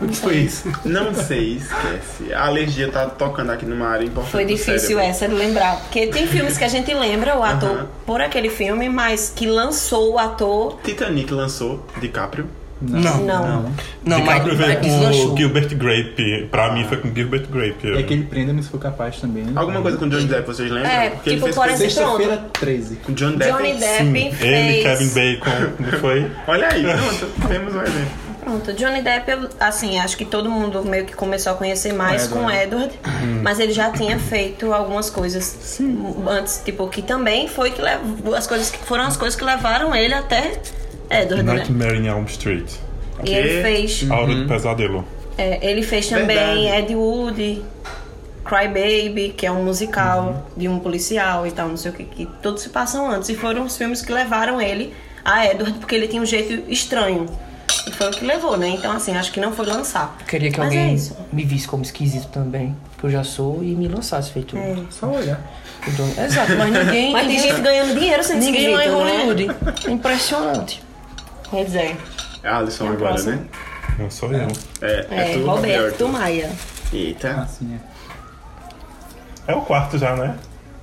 S6: O que foi isso?
S3: Não sei, esquece. A alergia tá tocando aqui numa área importante.
S2: Foi
S3: do
S2: difícil
S3: cérebro.
S2: essa de lembrar. Porque tem filmes que a gente lembra o ator
S3: Aham.
S2: por aquele filme, mas que lançou o ator.
S3: Titanic lançou DiCaprio.
S5: Não, não,
S2: Não.
S5: não mas,
S4: DiCaprio
S5: mas
S4: veio com
S5: deslanchou.
S4: o Gilbert Grape. Pra mim foi com o Gilbert Grape.
S6: E é aquele Prenda-me se for capaz também. né?
S3: Alguma coisa com Johnny Depp, vocês lembram?
S2: É,
S3: Porque
S2: tipo,
S3: ele fez
S2: por
S3: coisa-
S2: exemplo-
S6: Sexta-feira 13.
S3: com Johnny Depp.
S2: Johnny Depp
S4: Sim,
S2: É fez.
S4: ele, Kevin Bacon, não foi?
S3: Olha aí, pronto, temos um exemplo.
S2: Pronto, Johnny Depp, eu- assim, acho que todo mundo meio que começou a conhecer mais
S6: Edward.
S2: com Edward,
S4: Uhum.
S2: mas ele já tinha feito algumas coisas antes, tipo, que também foi que levou, as coisas que foram as coisas que levaram ele até Edward, né?
S4: Nightmare in Elm Street.
S2: E ele
S3: Que-
S2: fez,
S4: A Hora
S5: Uhum.
S4: do Pesadelo.
S2: é, ele fez também
S3: Verdade.
S2: Ed Wood, Cry Baby, que é um musical
S4: Uhum.
S2: de um policial e tal, não sei o que, que todos se passam antes e foram os filmes que levaram ele a Edward porque ele tinha um jeito estranho. E foi o que levou, né? Então, assim, acho que não foi lançar.
S5: Queria que
S2: Mas
S5: alguém
S2: é isso.
S5: me visse como esquisito também, que eu já sou, e me lançasse feito o
S6: Só olhar.
S5: dono. Exato, mas ninguém.
S2: É Mas tem gente ganhando dinheiro sem
S5: ninguém lá em
S2: jeito, né?
S5: Hollywood. Impressionante.
S2: Pois é.
S3: É Alisson agora, né?
S4: Não sou eu.
S3: É,
S2: É,
S3: tu,
S2: Roberto Maia.
S3: Eita,
S6: Assim, é.
S4: É o quarto já, né?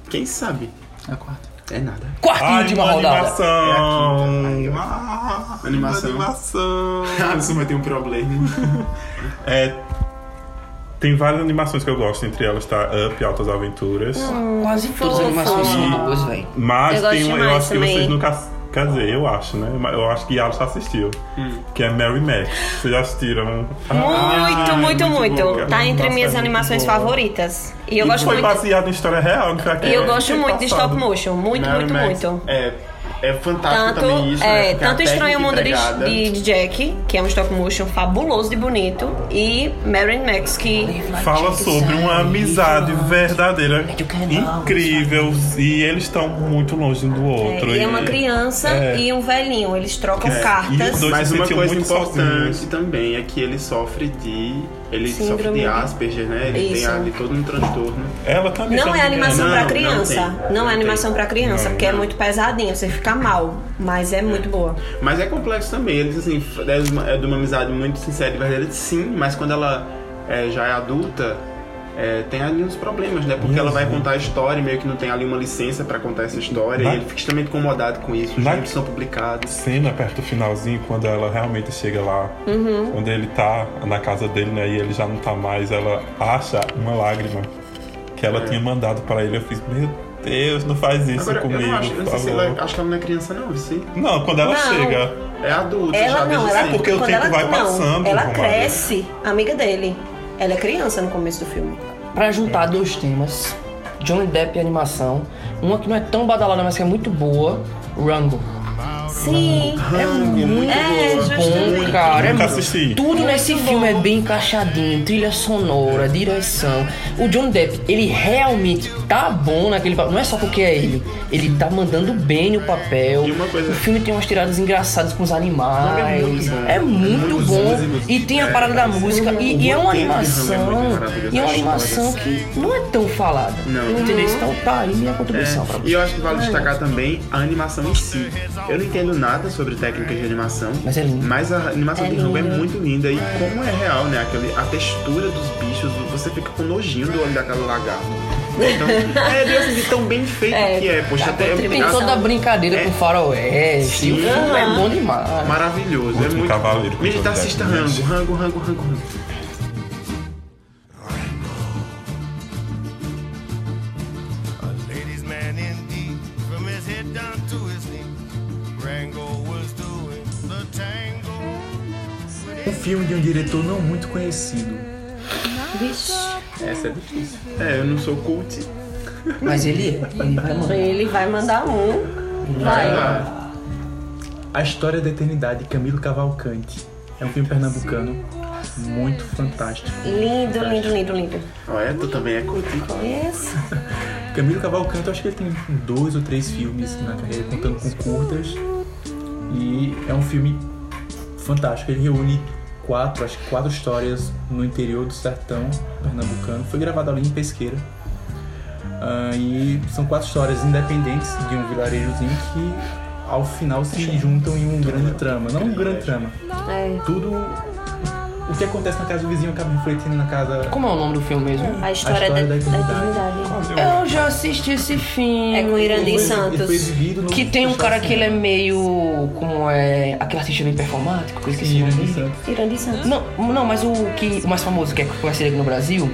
S3: quem sabe?
S6: É a quarta.
S3: É nada.
S5: Quartinho de uma rodada.
S3: É
S4: animação!
S3: aqui.
S4: Ah,
S3: Animação.
S4: animação.
S3: Alisson vai ter um problema.
S4: É, tem várias animações que eu gosto, entre elas tá Up, Altas Aventuras.
S5: Quase todas as animações são boas, velho.
S4: Mas
S2: Eu
S4: tem
S2: gosto
S4: uma, eu
S2: demais
S4: acho que
S2: também.
S4: vocês nunca. Quer dizer, eu acho, né? Mas Eu acho que Alice já assistiu. Que é Mary Max. Vocês já assistiram?
S2: Muito, muito, muito.
S4: Ah, muito boa.
S2: Tá entre
S4: Nossa,
S2: minhas
S4: é muito
S2: animações
S4: boa.
S2: favoritas. E eu gosto
S4: foi
S2: muito.
S4: baseado em história real, não foi
S2: E
S4: aquele-
S2: eu gosto
S4: aquele
S2: muito de
S4: passado.
S2: stop motion. Muito,
S3: Mad
S2: muito,
S3: Max
S2: muito.
S3: É. É fantástico
S2: Tanto,
S3: também isso, né?
S2: é,
S3: Porque a
S2: tanto Estranho
S3: técnica
S2: Mundo de,
S3: empregada-
S2: de- de Jack, que é um stop motion fabuloso de bonito, e Marin Max, que
S5: Tipo,
S4: Fala
S2: é
S4: sobre uma amizade verdadeira, incrível. E eles estão muito longe um do
S2: é,
S4: outro.
S2: e é uma criança
S4: é.
S2: e um velhinho. Eles trocam
S4: É, e os
S2: cartas.
S4: dois-
S3: Mas
S4: se
S3: uma
S4: sentiam
S3: coisa
S4: muito
S3: importante
S4: sozinhos.
S3: também é que ele sofre de. Ele sofre
S2: Síndrome.
S3: de Asperger, né? Ele tem
S2: Isso.
S3: ali todo um transtorno.
S4: Ela também. se
S2: Não é
S4: me engano.
S2: animação
S3: Não,
S2: pra
S3: não
S2: criança.
S3: tem.
S2: Não,
S3: Não
S2: é
S3: tem.
S2: animação pra criança,
S4: Não,
S2: porque é
S4: não.
S2: muito pesadinha, você fica mal. Mas é muito boa.
S3: Mas é complexo também. Eles, assim, é de uma- é de uma amizade muito sincera e verdadeira, sim, mas quando ela é, já é adulta, é, tem ali uns problemas, né? Porque ela vai contar a história, e meio que não tem ali uma licença pra contar essa história,
S4: Na-
S3: e ele fica extremamente incomodado com isso. Os
S4: Na-
S3: livros são publicados.
S4: Cena perto do finalzinho, quando ela realmente chega lá,
S2: Uhum.
S4: quando ele tá na casa dele, né? E ele já não tá mais, ela acha uma lágrima que ela tinha mandado pra ele. Eu fiz, meu Deus, não faz isso
S3: É. Agora,
S4: comigo,
S3: eu não acho, eu
S4: por
S3: não sei se
S4: favor."
S3: ela, acho que ela não é criança, não, sim.
S4: Não, quando ela
S2: Não.
S4: chega.
S3: É adulta já assim.
S2: Ela
S3: desde
S2: não, ela é
S3: sempre.
S4: porque o
S2: quando
S4: tempo
S2: ela,
S4: vai
S2: não,
S4: passando,
S2: Ela
S4: Romário.
S2: cresce, amiga dele. Ela é criança no começo do filme.
S5: Pra juntar dois temas, Johnny Depp e animação, uma que não é tão badalada, mas que é muito boa, Rango.
S2: Sim.
S3: Hum,
S5: É muito
S2: É,
S5: bom,
S2: justamente.
S5: cara. É
S4: Nunca
S5: muito-
S4: assisti.
S5: Tudo nesse filme é bem encaixadinho, trilha sonora, direção. O John Depp, ele realmente tá bom naquele papel. Não é só porque é ele. Ele tá mandando bem no papel.
S3: E uma coisa-
S5: O filme tem umas tiradas engraçadas com os animais.
S3: É muito bom.
S5: É muito
S3: Muitos
S5: bom.
S3: músicos.
S5: E tem a parada da música. E, e é uma
S3: Tem que
S5: animação.
S3: também muito maravilhosa
S5: E é uma
S3: as
S5: animação que não é tão falada.
S3: Não.
S5: Entendeu? Então tá aí minha
S3: É,
S5: contribuição pra
S3: e
S5: você.
S3: eu acho que vale destacar também a animação em si. Eu não entendo nada sobre técnicas de animação,
S5: Mas é lindo.
S3: mas a animação
S2: É
S3: de Rambo é
S2: lindo.
S3: muito linda e como é real, né? Aquele, a textura dos bichos, você fica com nojinho do olho daquela lagarto. Então, é Deus assim, de tão bem feito
S2: É,
S3: que é, poxa,
S2: tá
S3: até
S5: Tem
S2: contribuição.
S5: toda a brincadeira
S3: É.
S5: com faroeste.
S3: Sim.
S5: O filme é bom demais.
S3: maravilhoso, é
S4: Último
S3: muito
S4: Cavaleiro,
S3: bom. Gente,
S4: com
S3: assista
S4: Johnny Depp.
S3: Rango, Rango, Rango, Rango, Rango.
S9: A ladies' man indeed, from his head down to his knees. Rango was doing the tango.
S6: Um filme de um diretor não muito conhecido.
S3: Essa é difícil. É, eu não sou cult.
S5: Mas ele é. Ele vai mandar.
S2: Ele vai mandar um. Vai.
S3: Ah,
S6: A História da Eternidade, Camilo Cavalcante. É um filme pernambucano muito fantástico.
S2: Lindo, lindo, lindo, lindo.
S3: é, tu também é cult.
S2: Yes.
S6: Camilo Cavalcante, eu acho que ele tem dois ou três filmes na carreira, contando com curtas. E é um filme fantástico. Ele reúne quatro, acho que quatro histórias no interior do sertão pernambucano. Foi gravado ali em Pesqueira. Ah, e são quatro histórias independentes de um vilarejozinho que ao final se juntam em um grande trama. Não um grande trama.
S2: É.
S6: Tudo o que acontece na casa do vizinho acaba refletindo na casa.
S5: Como é o nome do filme mesmo?
S2: A história,
S6: A história
S2: da,
S6: da
S2: da
S6: eternidade.
S2: eternidade.
S5: Eu já existi esse filme.
S2: É com Irandi
S6: Ele foi- ele foi
S2: Santos.
S6: exibido no-
S5: Que tem um cara que ele é meio. Como é. Aquele artista bem performático, que eu esqueci o nome
S6: Irandi
S5: dele.
S6: Santos.
S2: Irandi Santos.
S5: Não, não, mas o que. O mais famoso que é conhecido aqui no Brasil.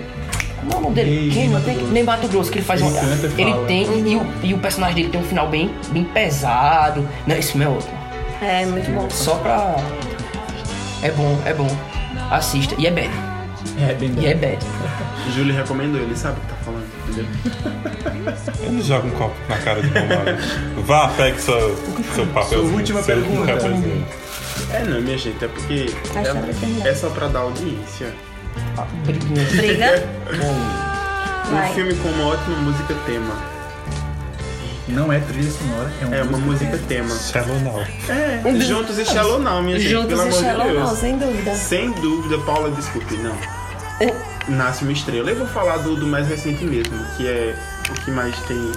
S5: Como é o nome dele?
S6: Ney
S5: Quem?
S6: Mato
S5: Tem-
S6: Grosso.
S5: Ney Mato Grosso, que ele faz
S6: Ele
S5: uma.
S6: canta e
S5: Ele
S6: fala.
S5: tem. E o, e o personagem dele tem um final bem, bem pesado. Não, esse filme é outro.
S2: É, muito bom.
S5: Só pra. É bom, é bom. Assista. E é bad.
S6: É, bem
S5: E é bad.
S3: Júlio recomendou, ele sabe o que tá falando, entendeu?
S4: Ele joga um copo na cara de Romário. Vá, pegue seu, seu papelzinho.
S6: Sua última
S4: seu
S6: pergunta.
S4: papelzinho.
S3: É não, minha gente, é porque
S2: A história da
S3: é
S2: eternidade.
S3: só pra dar audiência.
S5: Briguinha.
S2: Briga.
S3: Um
S2: Vai.
S3: filme com uma ótima música tema.
S6: Não é trilha sonora, é uma,
S3: É uma música tema.
S4: Shallow Now.
S3: É, juntos e Shallow Now, minha gente,
S2: Juntos e
S3: pelo amor de
S2: Shallow
S3: Deus.
S2: não, sem dúvida.
S3: Sem dúvida, Paula, desculpe, não.
S2: É.
S3: Nasce uma estrela. Eu vou falar do, do mais recente mesmo, que é o que mais tem.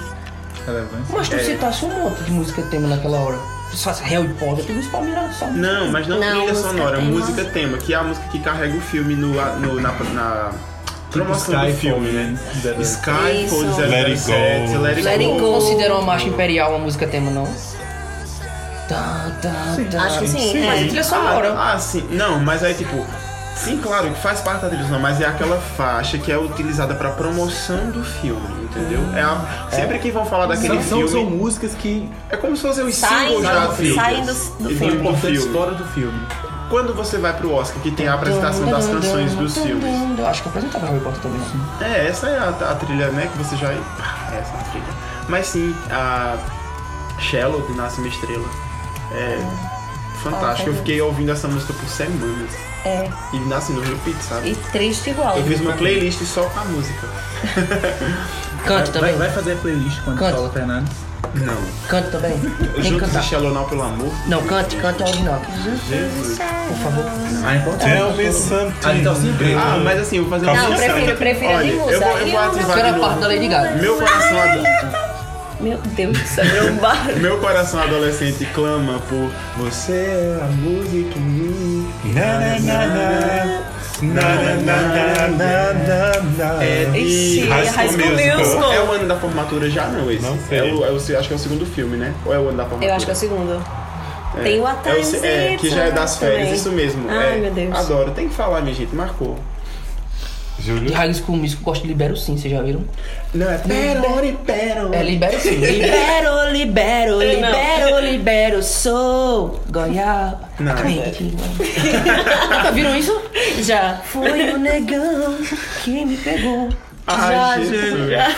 S6: relevância.
S5: Mas tu citasse um monte de música tema naquela hora. Tu faz Harry Potter, tudo isso pra mirar só.
S3: Não, mas não,
S2: Não,
S3: trilha
S2: música
S3: sonora,
S2: tema.
S3: música tema, que é a música que carrega o filme no, no- na, na promoção do
S6: Skyfall,
S3: filme, Tipo né?
S6: né?
S3: Skyfall,
S2: Isso.
S3: 007, Let It Go.
S5: Let It Go considerou a marcha imperial uma música tema, não? Tá, tá, tá.
S2: Acho que sim,
S5: Mas é
S2: é.
S5: trilha sonora.
S3: Ah, ah, sim. Não, mas aí tipo. Sim, claro, que faz parte da trilha sonora, mas é aquela faixa que é utilizada pra promoção do filme, entendeu? É a- sempre que vão falar daquele
S6: São, são,
S3: filme,
S6: são músicas que
S3: é como se fossem os
S2: Saem
S3: singles
S2: do-
S3: já
S2: saem
S3: trilhas
S2: do- do
S3: e
S2: filme.
S3: do
S6: importantes
S3: filme.
S6: fora do filme.
S3: Quando você vai pro Oscar, que tem a apresentação das canções dos filmes.
S5: Eu Acho que eu apresentava Harry Potter também.
S3: É, essa é a, a trilha, né? Que você já. Pá, Essa é a trilha. Mas sim, a Shallow de Nasce uma Estrela. É fantástico. Eu fiquei ouvindo essa música por semanas.
S2: É.
S3: E nasce no repeat, sabe?
S2: E triste igual.
S3: Eu fiz uma playlist só com a música.
S5: Canto
S6: Vai,
S5: também.
S6: vai fazer a playlist quando
S5: Canta.
S6: Paula Fernandes.
S3: Não.
S5: Canto também. Tem que
S3: Juntos e
S5: cantar.
S3: Shallow Now, pelo amor.
S5: Não, cante, canta original.
S3: Jesus.
S5: Por favor.
S6: Ah, é importante.
S4: Tell me
S6: Ah, então
S4: something.
S6: sim, bem.
S3: Ah, mas assim, eu vou fazer
S4: Não,
S3: uma
S2: prefiro- prefiro a
S3: Olha,
S2: de
S3: eu vou,
S2: Musa. E
S3: eu vou
S2: eu-
S5: Isso
S3: ativar
S5: era
S3: de
S5: parte da
S3: novo.
S5: Lady Gaga.
S3: Meu coração, ado-
S2: Meu Deus do céu, meu barulho.
S3: meu coração adolescente clama por Você é a música em mim.
S4: Na, na, na, na. É
S2: Ixi, High School Musical.
S3: É o ano da formatura já, não, esse?
S4: Não sei.
S3: É o, é o se- acho que é o segundo filme, né? Ou é o ano da formatura?
S2: Eu acho que é o segundo. Tem o
S3: É, o
S2: Atalho
S3: se- é, que já é das férias, isso mesmo.
S2: Ai,
S3: é.
S2: meu Deus.
S3: Adoro, tem que falar, minha gente, marcou.
S5: De
S4: Júlio.
S5: High School Musical, gosto de Libero Sim, vocês já viram?
S3: Não, é Perone, Perone.
S5: É, Libero Sim. É, Libero, libero, libero, libero, sou goiaba.
S3: Não,
S5: Acabei
S3: é.
S5: de- Nunca viram isso?
S2: Já.
S5: Foi o negão que me pegou.
S3: Ai, Jesus.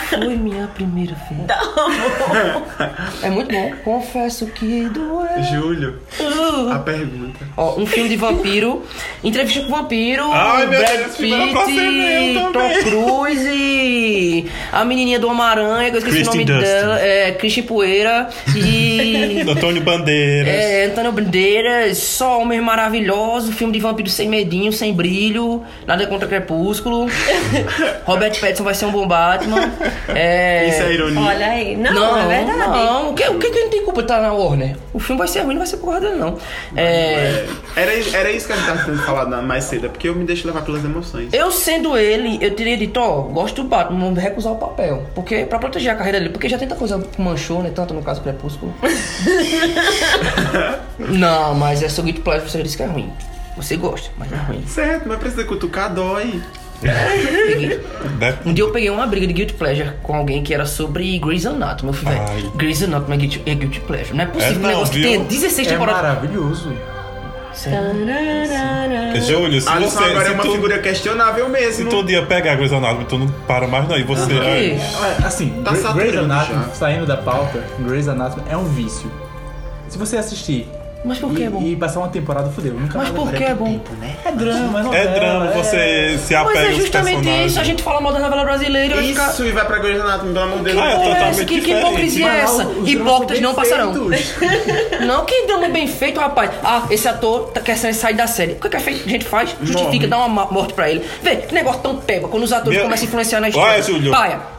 S5: Foi minha primeira vez. É muito bom. Confesso que doeu.
S3: Júlio, a pergunta.
S5: Ó, um filme de vampiro. Entrevista com o vampiro.
S4: Ai, meu
S5: Brad
S4: Deus, esse filme era pra ser meu
S5: Pitt,
S4: também.
S5: Tom Cruise e a menininha do Homem-Aranha, que eu esqueci
S4: Kristen
S5: o nome
S4: Dustin.
S5: dela. É, Christian Poeira. E.
S4: Antônio Bandeiras.
S5: É, Antônio Bandeiras, só homem maravilhoso, filme de vampiro sem medinho, sem brilho, nada contra Crepúsculo. Robert Pattinson vai ser um bom Batman. É...
S3: Isso é ironia.
S2: Olha aí. Não,
S5: Não,
S2: é verdade.
S5: não. O que, o que que ele tem culpa de estar na Warner? O filme vai ser ruim, não vai ser por causa dele, não. É,
S3: Era, era isso que a gente tava tentando falar na- mais cedo, é porque eu me deixo levar pelas emoções.
S5: Eu sendo ele, eu teria dito, ó, gosto do Batman, não recusar o papel. Porque, pra proteger a carreira dele, porque já tanta coisa que manchou, né? Tanto no caso Crepúsculo. não, mas é seu Guilty Pleasure, você disse que é ruim. Você gosta, mas é ruim.
S3: Certo, mas precisa cutucar, dói.
S5: Peguei-
S4: Né?
S5: Um dia eu peguei uma briga de Guilty Pleasure com alguém que era sobre Grey's Anatomy. Eu falei,
S4: Ai.
S5: velho, Grey's Anatomy é Guilty, é Guilty Pleasure. Não é possível
S4: É
S5: que
S4: não,
S5: um negócio
S4: viu?
S5: que tenha 16
S6: É
S5: temporadas.
S6: maravilhoso.
S5: Sério?
S4: Júlio, se
S3: Alisson
S4: você.
S3: agora
S4: se
S3: é uma
S4: tu-
S3: figura questionável mesmo.
S4: Se todo dia pegar a Grey's Anatomy, tu não para mais não. E você. é-
S5: Por quê?
S4: ai,
S6: Ah, Assim,
S3: Tá
S6: Grey- Grey's
S3: saturando
S6: Anatomy,
S3: já.
S6: saindo da pauta, Grey's Anatomy é um vício. Se você assistir
S5: Mas por
S6: e,
S5: que é bom?
S6: e passar uma temporada, fudeu. Nunca
S5: Mas
S6: mais
S5: por
S6: vai
S5: que é
S6: ver.
S5: bom?
S6: É drama, é novela.
S4: é drama, você se
S5: Mas
S4: apega
S5: é
S4: aos
S5: justamente
S4: personagens.
S5: isso. A gente fala mal da novela brasileira e vai ficar...
S3: Isso, e vai pra Grey's Anatomy, pelo amor de Deus.
S4: Ah, é
S5: Porra,
S4: totalmente
S5: essa, que, que
S4: diferente.
S5: hipocrisia é essa? Hipócritas não passarão. Não, que drama é bem feito, rapaz. Ah, esse ator tá querendo sair da série. O que, que a gente faz? Justifica, dá uma ma- morte pra ele. Vê, que negócio tão peba quando os atores
S4: Meu-
S5: começam a influenciar na
S4: Olha,
S5: história.
S4: Júlio.
S5: Paia.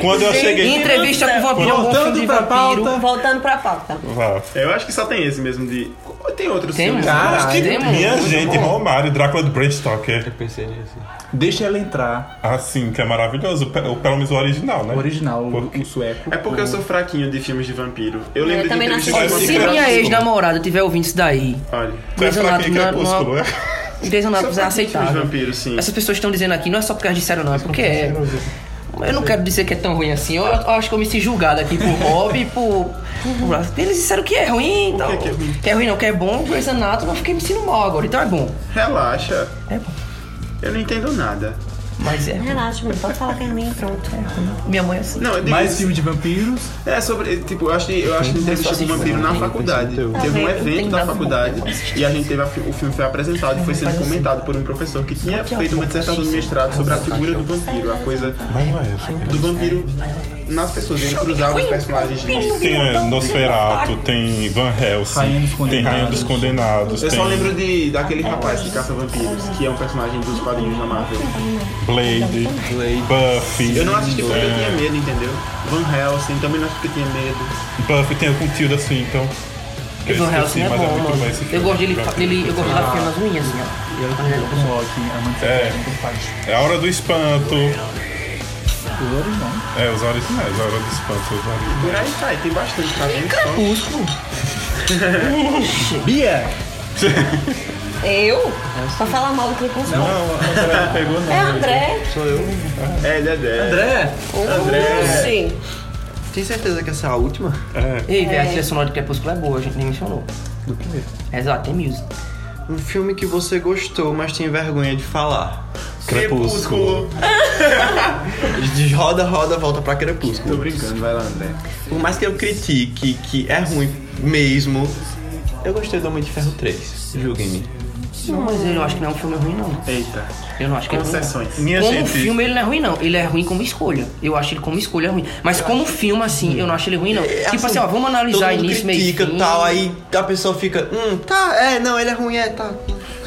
S4: Quando eu
S5: Em
S4: cheguei.
S5: entrevista com o vampiro, algum filme
S6: Voltando
S5: de
S6: pra
S5: vampiro.
S6: pauta.
S2: Voltando pra pauta.
S4: Vá.
S3: Eu acho que só tem esse mesmo de. Tem outros
S5: Tem
S3: filmes.
S5: um.
S3: né?
S6: Caralho.
S5: Temos,
S4: Minha
S5: muito
S4: gente,
S5: bom.
S4: Romário, Drácula de Bram Stoker.
S10: Pensei nisso.
S6: Deixa ela entrar.
S4: Assim, que é maravilhoso. Pe- o- Pelo menos o original, né?
S6: O original, o,
S4: Porque-
S6: o sueco.
S3: É porque eu sou fraquinho de filmes de vampiro. Eu lembro de
S2: também não
S3: entrevista
S2: assisti.
S3: com vampiro.
S4: Olha,
S5: Se
S4: Sim,
S5: minha
S4: Crepúsculo.
S5: ex-namorada tiver ouvindo isso daí,
S3: Olha.
S4: Tu é
S5: Grey's
S4: fraquinho
S5: Anatomy,
S4: em
S5: não-
S4: crepúsculo,
S5: não-
S4: é?
S5: Grey's Anatomy é
S3: Só tem filmes de
S5: aceitável.
S3: vampiro, sim.
S5: Essas pessoas estão dizendo aqui, não é só porque elas disseram não, é porque é. Eu não quero dizer que é tão ruim assim. Eu, eu acho que eu me sinto julgado aqui por hobby, por. por- Eles disseram que é ruim, então.
S3: que é ruim?
S5: Que é ruim, não, que é bom, Grey's Anatomy, eu fiquei me sentindo mal agora, então é bom.
S3: Relaxa.
S5: É bom.
S3: Eu não entendo nada.
S5: Mas é.
S2: Relaxa, mano. Pode falar que é ruim, pronto.
S5: Minha mãe é assim.
S3: Não, eu digo
S6: Mais
S3: isso.
S6: Um filme de vampiros.
S3: É sobre. Tipo, eu acho que eu acho que entrevista com o vampiro na faculdade. Teve um
S2: vendo?
S3: evento
S5: Tem
S3: da
S5: nada
S3: faculdade
S5: bom, eu assisti.
S3: e a gente teve a fi- o filme foi apresentado e foi sendo
S5: assim,
S3: comentado por um professor que tinha feito uma dissertação de mestrado sobre a figura do vampiro, a coisa
S4: Mas não é essa.
S3: do vampiro nas pessoas. Ele cruzava os personagens de.
S4: Tem é, Nosferatu, tem Van Helsing,
S6: Rainha dos
S4: tem
S6: Condenados.
S4: Rainha dos Condenados,
S3: Eu
S4: tem
S3: só lembro de, daquele rapaz que caça vampiros, que é um personagem dos quadrinhos da Marvel.
S4: Blade, Buffy.
S3: Eu não assisti né? porque eu tinha
S4: é,
S3: medo, entendeu? Van Helsing também não assisti porque eu tinha medo.
S4: Buffy tem com Tilda Swinton. que assim, então. eu
S5: Van Helsing
S4: esqueci,
S5: é
S4: mas
S5: bom,
S4: muito bom
S5: mano.
S4: esse
S5: Eu
S4: filme.
S5: gosto dele,
S4: Buffy.
S5: dele eu gosto dele afiando as unhas, assim, ó.
S6: Eu tô com o Loki, a mãe
S4: É.
S6: do pai.
S4: É a Hora do Espanto.
S6: Louro não.
S4: É, os originais, a Hora do Espanto. Os originais.
S3: Por aí sai, tem bastante, tá vendo?
S5: Crepúsculo.
S6: Bia!
S2: Eu? Pra falar mal do Crepúsculo?
S4: Não, agora pegou
S2: É André?
S3: Só. É, Dedé.
S7: André,
S2: Sim.
S7: tem certeza que essa é a última?
S5: Ei, velho, a trilha sonora de Crepúsculo é boa, a gente nem mencionou. Do primeiro. Exato, tem music.
S7: Um filme que você gostou, mas tem vergonha de falar.
S4: Crepúsculo.
S7: De roda, roda, volta pra
S3: Tô
S7: Crepúsculo.
S3: brincando, vai lá, André.
S7: Por mais que eu critique que é ruim mesmo, eu gostei do Homem de Ferro 3. Julguem-me.
S5: Não, mas eu acho que não é um filme ruim, não.
S3: Eita,
S5: Eu não acho que é ruim. não.
S3: concessões.
S4: Minha
S5: Como
S4: gente,
S5: filme ele não é ruim, não. Ele é ruim como escolha. Eu acho ele como escolha ruim. Mas como filme, assim, eu não acho ele ruim, não. tipo assim, ó, vamos analisar
S7: É todo mundo
S5: início, meio e
S7: critica
S5: fim.
S7: tal, aí a pessoa fica, hum, tá, é, não, ele é ruim, é, tá.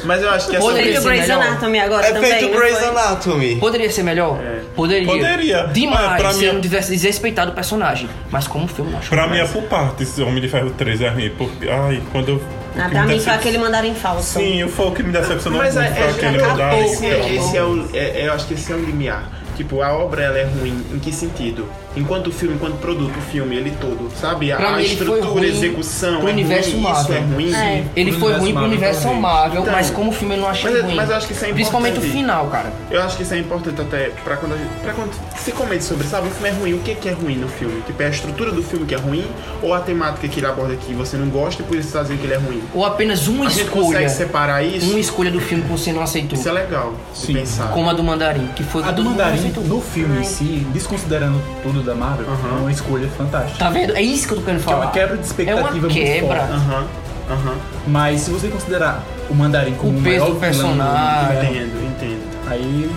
S3: Mas eu acho que é sobre
S5: Poderia
S2: Feito
S5: ser
S2: Grey's
S5: melhor.
S2: Anatomy agora
S7: É
S2: também,
S7: feito
S2: não
S7: Grey's
S2: foi?
S7: Anatomy.
S5: Poderia ser melhor? Poderia.
S4: Poderia.
S5: Demais,
S4: Mas pra
S5: se
S4: mim-
S5: não tivesse desrespeitado o personagem. Mas como filme, eu não acho.
S4: Pra mim é por parte, esse Homem de Ferro 3 é ruim, porque. Ai, quando eu
S2: Ah,
S4: que
S2: pra mim
S4: me
S2: foi
S4: decep-
S2: aquele mandarim falso.
S4: Sim, foi o que me decepcionou
S3: Mas
S4: muito.
S3: é-
S4: foi
S3: é-
S4: aquele
S3: é-
S4: lugar. então.
S3: esse, é, esse é
S4: um
S3: o. é- é- eu acho que esse é o limiar. Tipo, a obra ela é ruim em que sentido? Enquanto o filme, enquanto produto, o filme, ele todo, sabe? A,
S5: Pra
S3: a
S5: mim, ele foi
S3: estrutura, a
S5: ruim
S3: execução,
S5: pro
S3: é
S5: universo
S3: ruim, isso
S5: Marvel.
S3: é ruim.
S2: É.
S5: Ele
S6: Pro
S5: foi
S6: universo
S5: ruim pro
S6: Marvel,
S5: universo
S6: talvez.
S5: Marvel,
S3: Então,
S5: mas como filme eu não achei
S3: mas-
S5: ruim.
S3: mas eu acho que isso é
S5: Principalmente o
S3: importante.
S5: final, cara.
S3: Eu acho que isso é importante até pra quando, a gente- pra quando se comente sobre, sabe, o filme é ruim, o que, que é ruim no filme? Tipo, é a estrutura do filme que é ruim ou a temática que ele aborda aqui você não gosta e por isso está dizendo que ele é ruim?
S5: Ou apenas uma
S3: A gente consegue
S5: escolha. Um
S3: separar isso?
S5: Uma escolha do filme que você não aceitou.
S3: Isso é legal
S6: Sim.
S3: de pensar.
S5: Como a do Mandarim, que foi o que
S6: A do
S5: todo mundo
S6: Mandarim,
S5: aceitou.
S6: no filme em si, desconsiderando tudo da Marvel,
S3: Aham.
S6: é uma escolha fantástica.
S5: Tá vendo? É isso que eu tô querendo
S6: Que é
S5: falar.
S6: uma quebra de expectativa
S5: É uma quebra.
S6: muito forte.
S3: Aham, aham.
S6: Mas se você considerar o Mandarim como
S5: O
S6: o
S5: peso
S6: maior
S5: do
S6: vilão mundo, né,
S5: personagem.
S3: Entendo, entendo.
S6: aí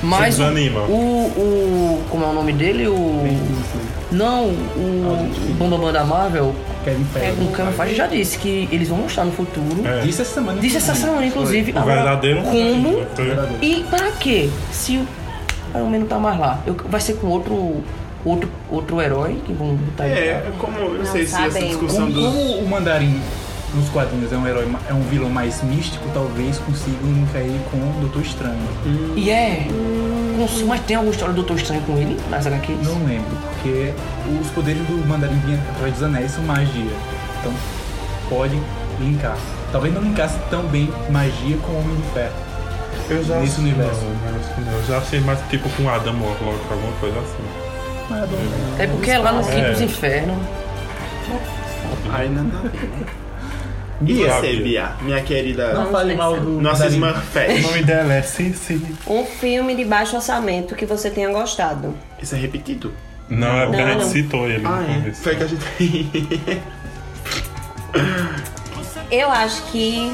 S5: Mas
S4: Você
S5: o-
S4: desanima.
S5: O, o. Como é o nome dele? O. Não, o. Bombaman da Marvel.
S6: Kevin
S5: É,
S6: Feige.
S5: o Kevin Feige já disse que eles vão mostrar no futuro.
S4: É.
S6: Disse essa semana.
S5: Disse essa semana, inclusive.
S4: O
S5: agora,
S4: verdadeiro.
S5: Como
S4: Foi-
S5: e pra quê? Se o Iron Man não tá mais lá. Eu- vai ser com outro. Outro, outro herói que vão botar ele lá.
S3: É, como eu
S2: Não
S3: sei se essa
S2: sabem.
S3: discussão
S6: Como,
S3: do.
S6: como o Mandarim nos quadrinhos é um herói, ma- é um vilão mais místico, talvez consigam linkar ele com o Doutor Estranho.
S5: E é. Cons- Mas tem alguma história do Doutor Estranho com ele nas HQs?
S6: Não lembro, porque os poderes do Mandarim vinham através dos anéis são magia. Então pode linkar. Talvez não linkasse tão bem magia com o Homem de Ferro.
S4: Eu já
S6: Nesse universo.
S4: Não, acho que não. né? Eu já achei mais tipo com Adam Warlock, alguma coisa assim.
S6: Mas é bom.
S5: É porque é lá no Quinto
S4: É.
S5: dos Infernos.
S3: Ainda não. E
S4: Bia.
S3: você, Bia, minha querida.
S6: Não fale mal do
S3: Nossa
S6: Mandarim.
S4: O
S3: Smurfette.
S4: nome dela é Cici.
S2: Um filme de baixo orçamento que você tenha gostado.
S3: Isso é repetido?
S4: Não, é porque a
S2: Não.
S4: gente citou ele
S3: Ah, é.
S4: no começo.
S3: Foi que a gente.
S2: Eu acho que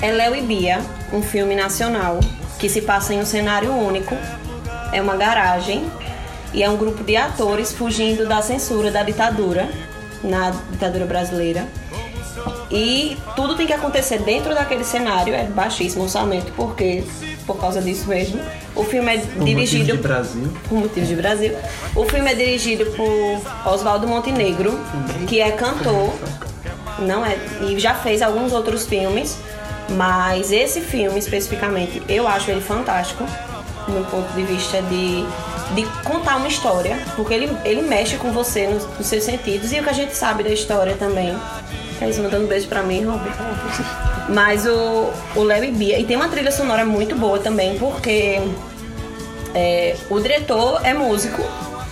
S2: é Léo e Bia, um filme nacional que se passa em um cenário único, é uma garagem e é um grupo de atores fugindo da censura da ditadura, na ditadura brasileira. E tudo tem que acontecer dentro daquele cenário, é baixíssimo orçamento, porque por causa disso mesmo. O filme é
S6: Por motivos
S2: dirigido
S6: de Brasil.
S2: por motivos de Brasil. O filme é dirigido por Oswaldo Montenegro, que é cantor, não é, e já fez alguns outros filmes, mas esse filme especificamente, eu acho ele fantástico do meu ponto de vista de, de contar uma história, porque ele, ele mexe com você nos, nos seus sentidos e o que a gente sabe da história também. É isso, mandando um beijo pra mim, Roberto. Mas o, o Léo e Bia. E tem uma trilha sonora muito boa também, porque é, o diretor é músico,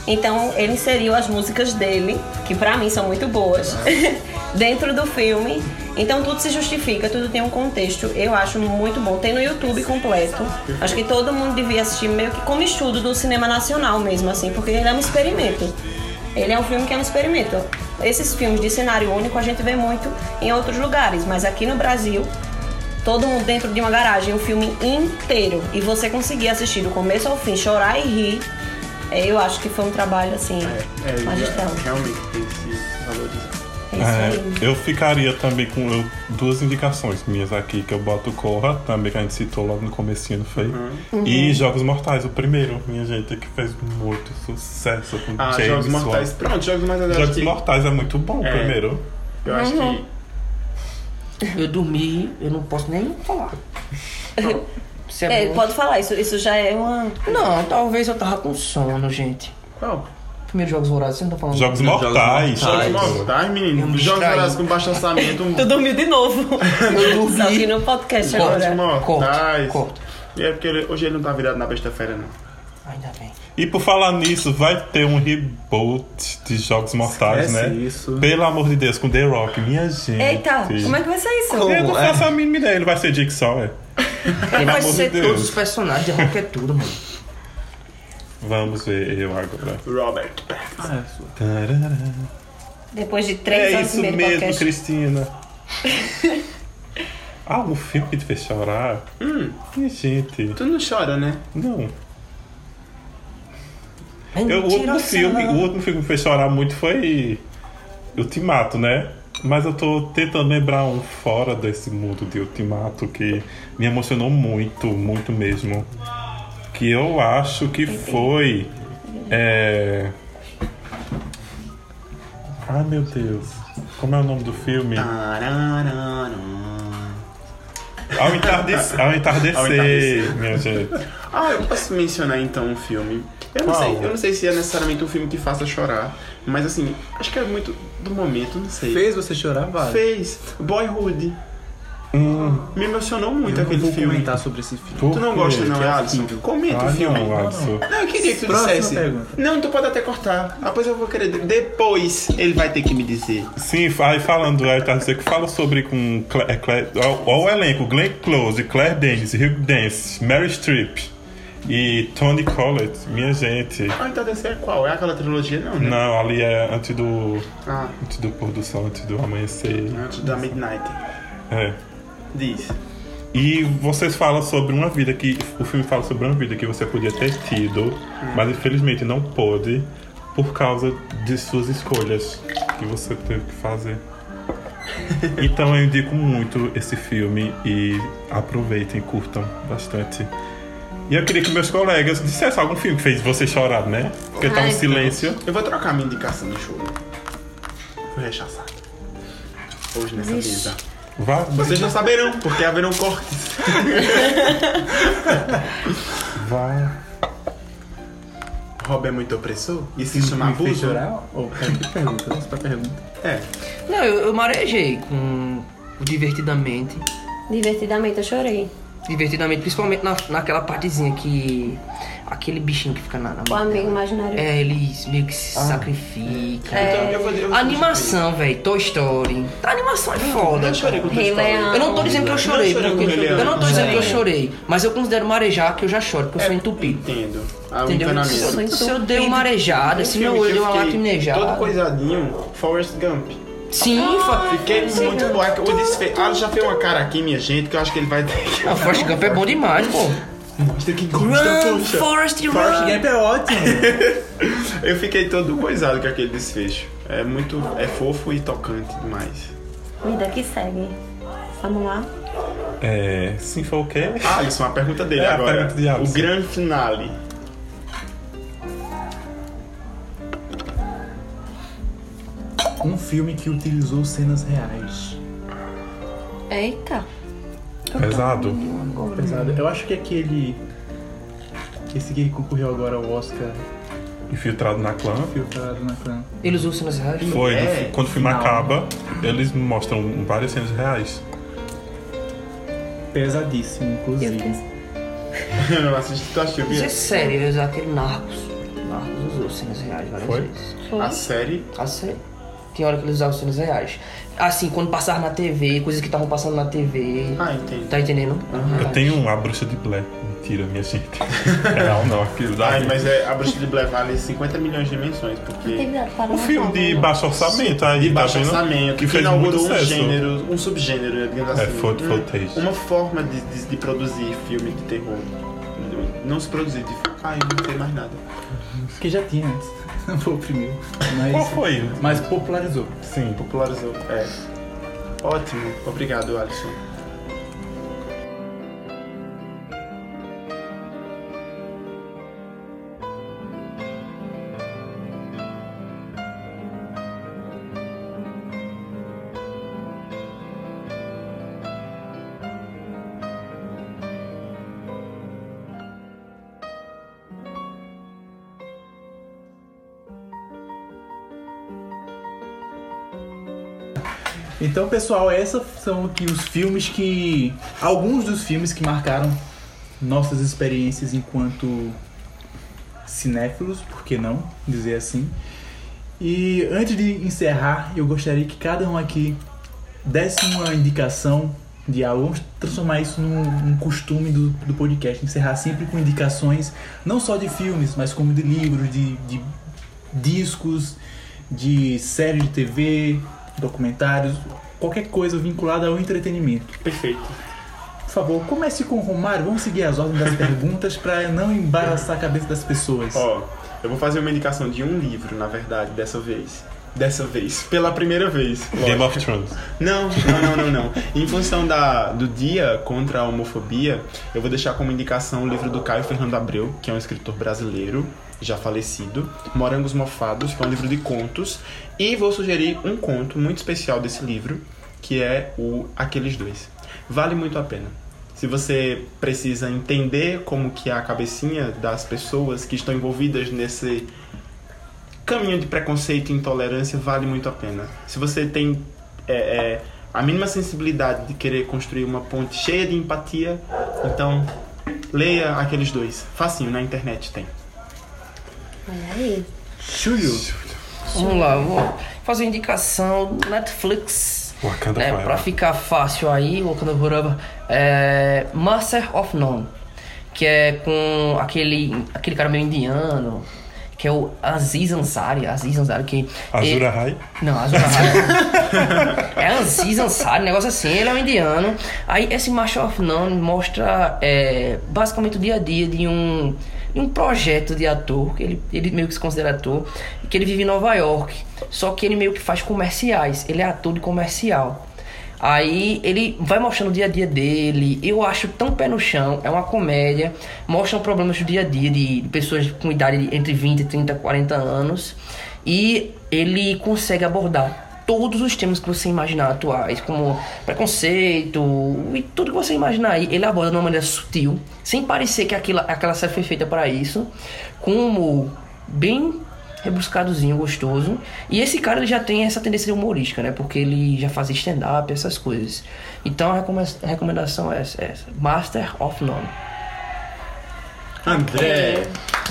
S2: então ele inseriu as músicas dele, que pra mim são muito boas, dentro do filme. Então tudo se justifica, tudo tem um contexto. Eu acho muito bom. Tem no YouTube completo. Acho que todo mundo devia assistir meio que como estudo do cinema nacional mesmo, assim, porque ele é um experimento. Ele é um filme que é um experimento. Esses filmes de cenário único a gente vê muito em outros lugares, mas aqui no Brasil todo mundo dentro de uma garagem, o filme inteiro, e você conseguir assistir do começo ao fim, chorar e rir, é, eu acho que foi um trabalho assim,
S3: É,
S2: magistral.
S3: já- realmente tem que se valorizar.
S2: É isso aí.
S4: É, eu ficaria também com eu- duas indicações minhas aqui, que eu boto Corra, também que a gente citou logo no comecinho, não foi? E Jogos Mortais, o primeiro, minha gente, que fez muito sucesso com
S3: Ah,
S4: James
S3: Jogos
S4: Wan.
S3: Mortais. Pronto, Jogos Mortais eu acho
S4: Jogos
S3: que.
S4: Mortais é muito bom,
S3: É.
S4: primeiro.
S3: Eu acho que.
S5: Eu dormi, eu não posso nem falar. Se é
S2: É,
S5: bom.
S2: pode falar, isso, isso já é uma.
S5: Não, talvez eu tava com sono, gente.
S3: Qual?
S5: Primeiro Jogos Vorazes, você não tá falando.
S4: Jogos
S7: Jogos
S4: Mortais.
S7: Mortais.
S3: Jogos
S7: Ai,
S3: Mortais,
S5: eu
S3: Tá, menino.
S5: me
S3: Jogos
S5: distraí.
S3: Mortais com baixo orçamento. um
S2: Tu dormiu de novo. Só que no Tá podcast
S5: Corta,
S2: agora.
S5: corta,
S3: Mortais.
S5: corta.
S3: E é porque ele- hoje ele não tá virado na besta-feira, não.
S5: Ainda bem.
S4: E por falar nisso, vai ter um reboot de Jogos Mortais,
S6: Esquece
S4: né?
S6: isso.
S4: Pelo amor de Deus, com The Rock, minha gente.
S2: Eita, como é que vai ser isso?
S7: Como?
S4: Eu não
S7: É.
S4: faço a mínima ideia, ele vai ser Dixon, é.
S5: Ele vai
S4: amor de
S5: ser
S4: Deus.
S5: todos os personagens, de rock é tudo, mano.
S4: Vamos ver eu agora.
S3: Robert.
S6: Ah, é sua.
S4: Tarará.
S2: Depois de três
S4: É
S2: anos
S4: isso
S2: e meio de
S4: mesmo,
S2: podcast.
S4: Cristina. ah, o filme que te fez chorar?
S3: Hum,
S4: Ih, gente,
S3: tu não chora, né?
S4: não. Eu, o, último filme, o último filme que me fez chorar muito foi Ultimato, né? Mas eu tô tentando lembrar um fora desse mundo de Ultimato que me emocionou muito, muito mesmo. Que eu acho que foi. É... Ai meu Deus. Como é o nome do filme?
S3: Ah.
S4: Ao entardecer, ao entardecer,
S3: Ao entardecer.
S4: minha gente.
S3: Ah, eu posso mencionar então um filme. Eu não,
S4: Qual?
S3: sei, eu não sei se é necessariamente um filme que faça chorar, mas assim, acho que é muito do momento, não sei.
S6: Fez você chorar, vale.
S3: Fez. Boyhood. Me emocionou muito
S6: Hum. Eu não
S3: aquele
S6: vou
S3: filme.
S6: comentar sobre esse filme.
S4: Por
S3: Tu não
S4: quê?
S3: gosta não, é Alisson?
S6: horrível.
S3: Comenta o
S4: Ah,
S3: filme.
S4: não, Alisson.
S3: Não, eu queria que tu
S6: Próxima
S3: dissesse.
S6: pergunta.
S3: Não, tu pode até cortar. Ah, pois eu vou querer. Depois ele vai ter que me dizer.
S4: Sim, aí falando do Etardicer, que fala sobre com Cle- é, Cle- ó- ó o elenco, Glenn Close, Claire Danes, Hugh Dance, Mary Streep e Tony Collett, minha gente.
S3: Ah, então desse é qual? É aquela trilogia? Não, né?
S4: Não, ali é antes do.
S3: Ah,
S4: Antes do pôr do sol, antes do amanhecer.
S3: antes da Midnight.
S4: É.
S3: Diz.
S4: E vocês falam sobre uma vida que. O filme fala sobre uma vida que você podia ter tido, mas infelizmente não pôde, por causa de suas escolhas que você teve que fazer. Então eu indico muito esse filme e aproveitem, curtam bastante. E eu queria que meus colegas dissessem algum filme que fez você chorar, né? Porque tá um
S2: Ai,
S4: silêncio.
S3: Eu vou trocar minha indicação de choro. Fui rechaçado. Hoje nessa mesa.
S4: Vá,
S3: Vocês não saberão, porque haverão cortes.
S4: vá.
S3: Rob é muito opressor? Isso se chama
S6: Me fez
S3: abuso?
S6: chorar? Ou é, pergunta, vamos pra pergunta.
S3: É.
S5: Não, eu, eu marejei com o Divertidamente.
S2: Divertidamente eu chorei.
S5: Divertidamente, principalmente na, naquela partezinha que. Aquele bichinho que fica na, na
S2: O
S5: mão
S2: amigo
S5: dela.
S2: imaginário.
S5: É, eles meio que se sacrificam.
S3: Ah. Então, eu vou, eu vou
S5: Animação, velho. Toy Story. A animação é foda.
S3: Eu chorei com o
S2: Rei Leão.
S5: Eu não tô dizendo que eu chorei,
S3: Não chorei com
S5: porque
S3: o Rei Leão.
S5: eu não tô dizendo que eu
S2: Sim.
S5: chorei, mas eu considero marejar que eu já
S3: É.
S5: choro, porque eu sou entupido.
S3: Entendo. Ah, o
S5: Entendeu?
S3: encanamento.
S5: Se, se eu dei uma arejada, se meu
S3: Filme que eu
S5: olho é um deu
S3: fiquei
S5: uma lacrimejada.
S3: Todo coisadinho, um Forrest Gump.
S5: Sim, fa...
S2: Ah.
S3: Fiquei muito boa. O desfe... Ah, já fez uma cara aqui, minha gente, que eu acho que ele vai ter
S5: a Forrest Gump é bom demais, pô.
S3: Mostra que gosta,
S5: Run,
S3: poxa.
S5: Forrest, run!
S6: é ótimo.
S3: Eu fiquei todo coisado com aquele desfecho. É muito. É fofo e tocante demais.
S2: Vida que segue. Vamos lá.
S4: É. Sim, foi o quê?
S3: Ah, Alisson, a pergunta dele
S4: É, a
S3: agora.
S4: pergunta de Alisson.
S3: o grande finale.
S6: Um filme que utilizou cenas reais.
S2: Eita.
S4: Pesado.
S6: Pesado. Eu acho que aquele. Esse que concorreu agora ao Oscar,
S4: Infiltrado na clã.
S6: filtrado na clã.
S5: Eles usam as reais.
S4: Foi, no
S3: É,
S4: fi- quando o filme
S2: né?
S6: final.
S4: acaba, eles mostram um, várias cenas reais.
S6: Pesadíssimo, inclusive.
S3: Eu não assisti, tu assistiu
S5: Isso
S3: Bia?
S5: é sério, eles aquele Narcos. Narcos usou cenas reais várias
S4: Foi?
S5: vezes.
S3: A série.
S5: A sério. Tem hora que eles usavam cenas reais. Assim, quando passava na TV, coisas que estavam passando na TV.
S3: Ah, entendo.
S5: Tá entendendo?
S2: Ah,
S4: Eu tenho a bruxa de Blair. Mentira, minha gente. É real não, aquilo
S3: Ai,
S4: daí.
S3: mas é, a bruxa de Blair vale 50 milhões de dimensões, porque.
S4: Um filme de baixo orçamento aí,
S3: De
S4: tá
S3: baixo
S4: vendo?
S3: orçamento, que
S4: que fez muito
S3: inaugurou um
S4: sucesso.
S3: gênero, um subgênero, digamos assim.
S4: É, found
S3: um-
S4: footage.
S3: Uma forma de, de- de produzir filme de terror. Não se produzir de. Ai, não sei mais nada.
S6: Que já tinha antes. Não foi o primeiro. Mas,
S4: Qual foi?
S6: mas popularizou.
S4: Sim.
S3: Popularizou. É. Ótimo. Obrigado, Alisson.
S6: Então, pessoal, esses são aqui os filmes que. Alguns dos filmes que marcaram nossas experiências enquanto cinéfilos, por que não dizer assim? E antes de encerrar, eu gostaria que cada um aqui desse uma indicação de algo. Vamos transformar isso num, num costume do, do podcast, encerrar sempre com indicações, não só de filmes, mas como de livros, de- de discos, de séries de TV, documentários, qualquer coisa vinculada ao entretenimento.
S3: Perfeito.
S6: Por favor, comece com o Romário, vamos seguir as ordens das perguntas para não embaraçar a cabeça das pessoas.
S3: Ó, eu vou fazer uma indicação de um livro, na verdade, dessa vez. Dessa vez. Pela primeira vez.
S4: Game
S3: lógico.
S4: of Thrones.
S3: Não, não, não, não, não. Em função da, do dia contra a homofobia, eu vou deixar como indicação o livro do Caio Fernando Abreu, que é um escritor brasileiro. já falecido, Morangos Mofados, que é um livro de contos, e vou sugerir um conto muito especial desse livro, que é o Aqueles Dois. Vale muito a pena. Se você precisa entender como que é a cabecinha das pessoas que estão envolvidas nesse caminho de preconceito e intolerância vale muito a pena. Se você tem é, é, a mínima sensibilidade de querer construir uma ponte cheia de empatia, então leia aqueles dois. Facinho, na internet tem.
S2: Olha aí.
S3: Chuyo.
S5: Vamos lá, vou fazer uma indicação Netflix.
S4: Wakanda
S5: né,
S4: Forever.
S5: pra ficar fácil aí, Wakanda Forever, é Master of None, que é com aquele, aquele cara meio indiano, que é o Aziz Ansari, Aziz Ansari que...
S4: Azura
S5: ele-
S4: High.
S5: não, Azura High. é Aziz Ansari, negócio assim, ele é um indiano. Aí esse March of None mostra é, basicamente o dia a dia de um, de um projeto de ator, que ele, ele meio que se considera ator, que ele vive em Nova York. Só que ele meio que faz comerciais, ele é ator de comercial. Aí ele vai mostrando o dia a dia dele. Eu acho tão pé no chão. É uma comédia. Mostra problemas do dia a dia de de pessoas com idade de entre 20, 30, 40 anos. E ele consegue abordar todos os temas que você imaginar atuais, como preconceito e tudo que você imaginar aí. Ele aborda de uma maneira sutil, sem parecer que aquilo, aquela série foi feita para isso, com um humor bem rebuscadozinho, gostoso. E esse cara ele já tem essa tendência humorística, né? Porque ele já faz stand-up, essas coisas. Então a recome- a recomendação é essa, é essa. Master of None.
S7: Ah, André.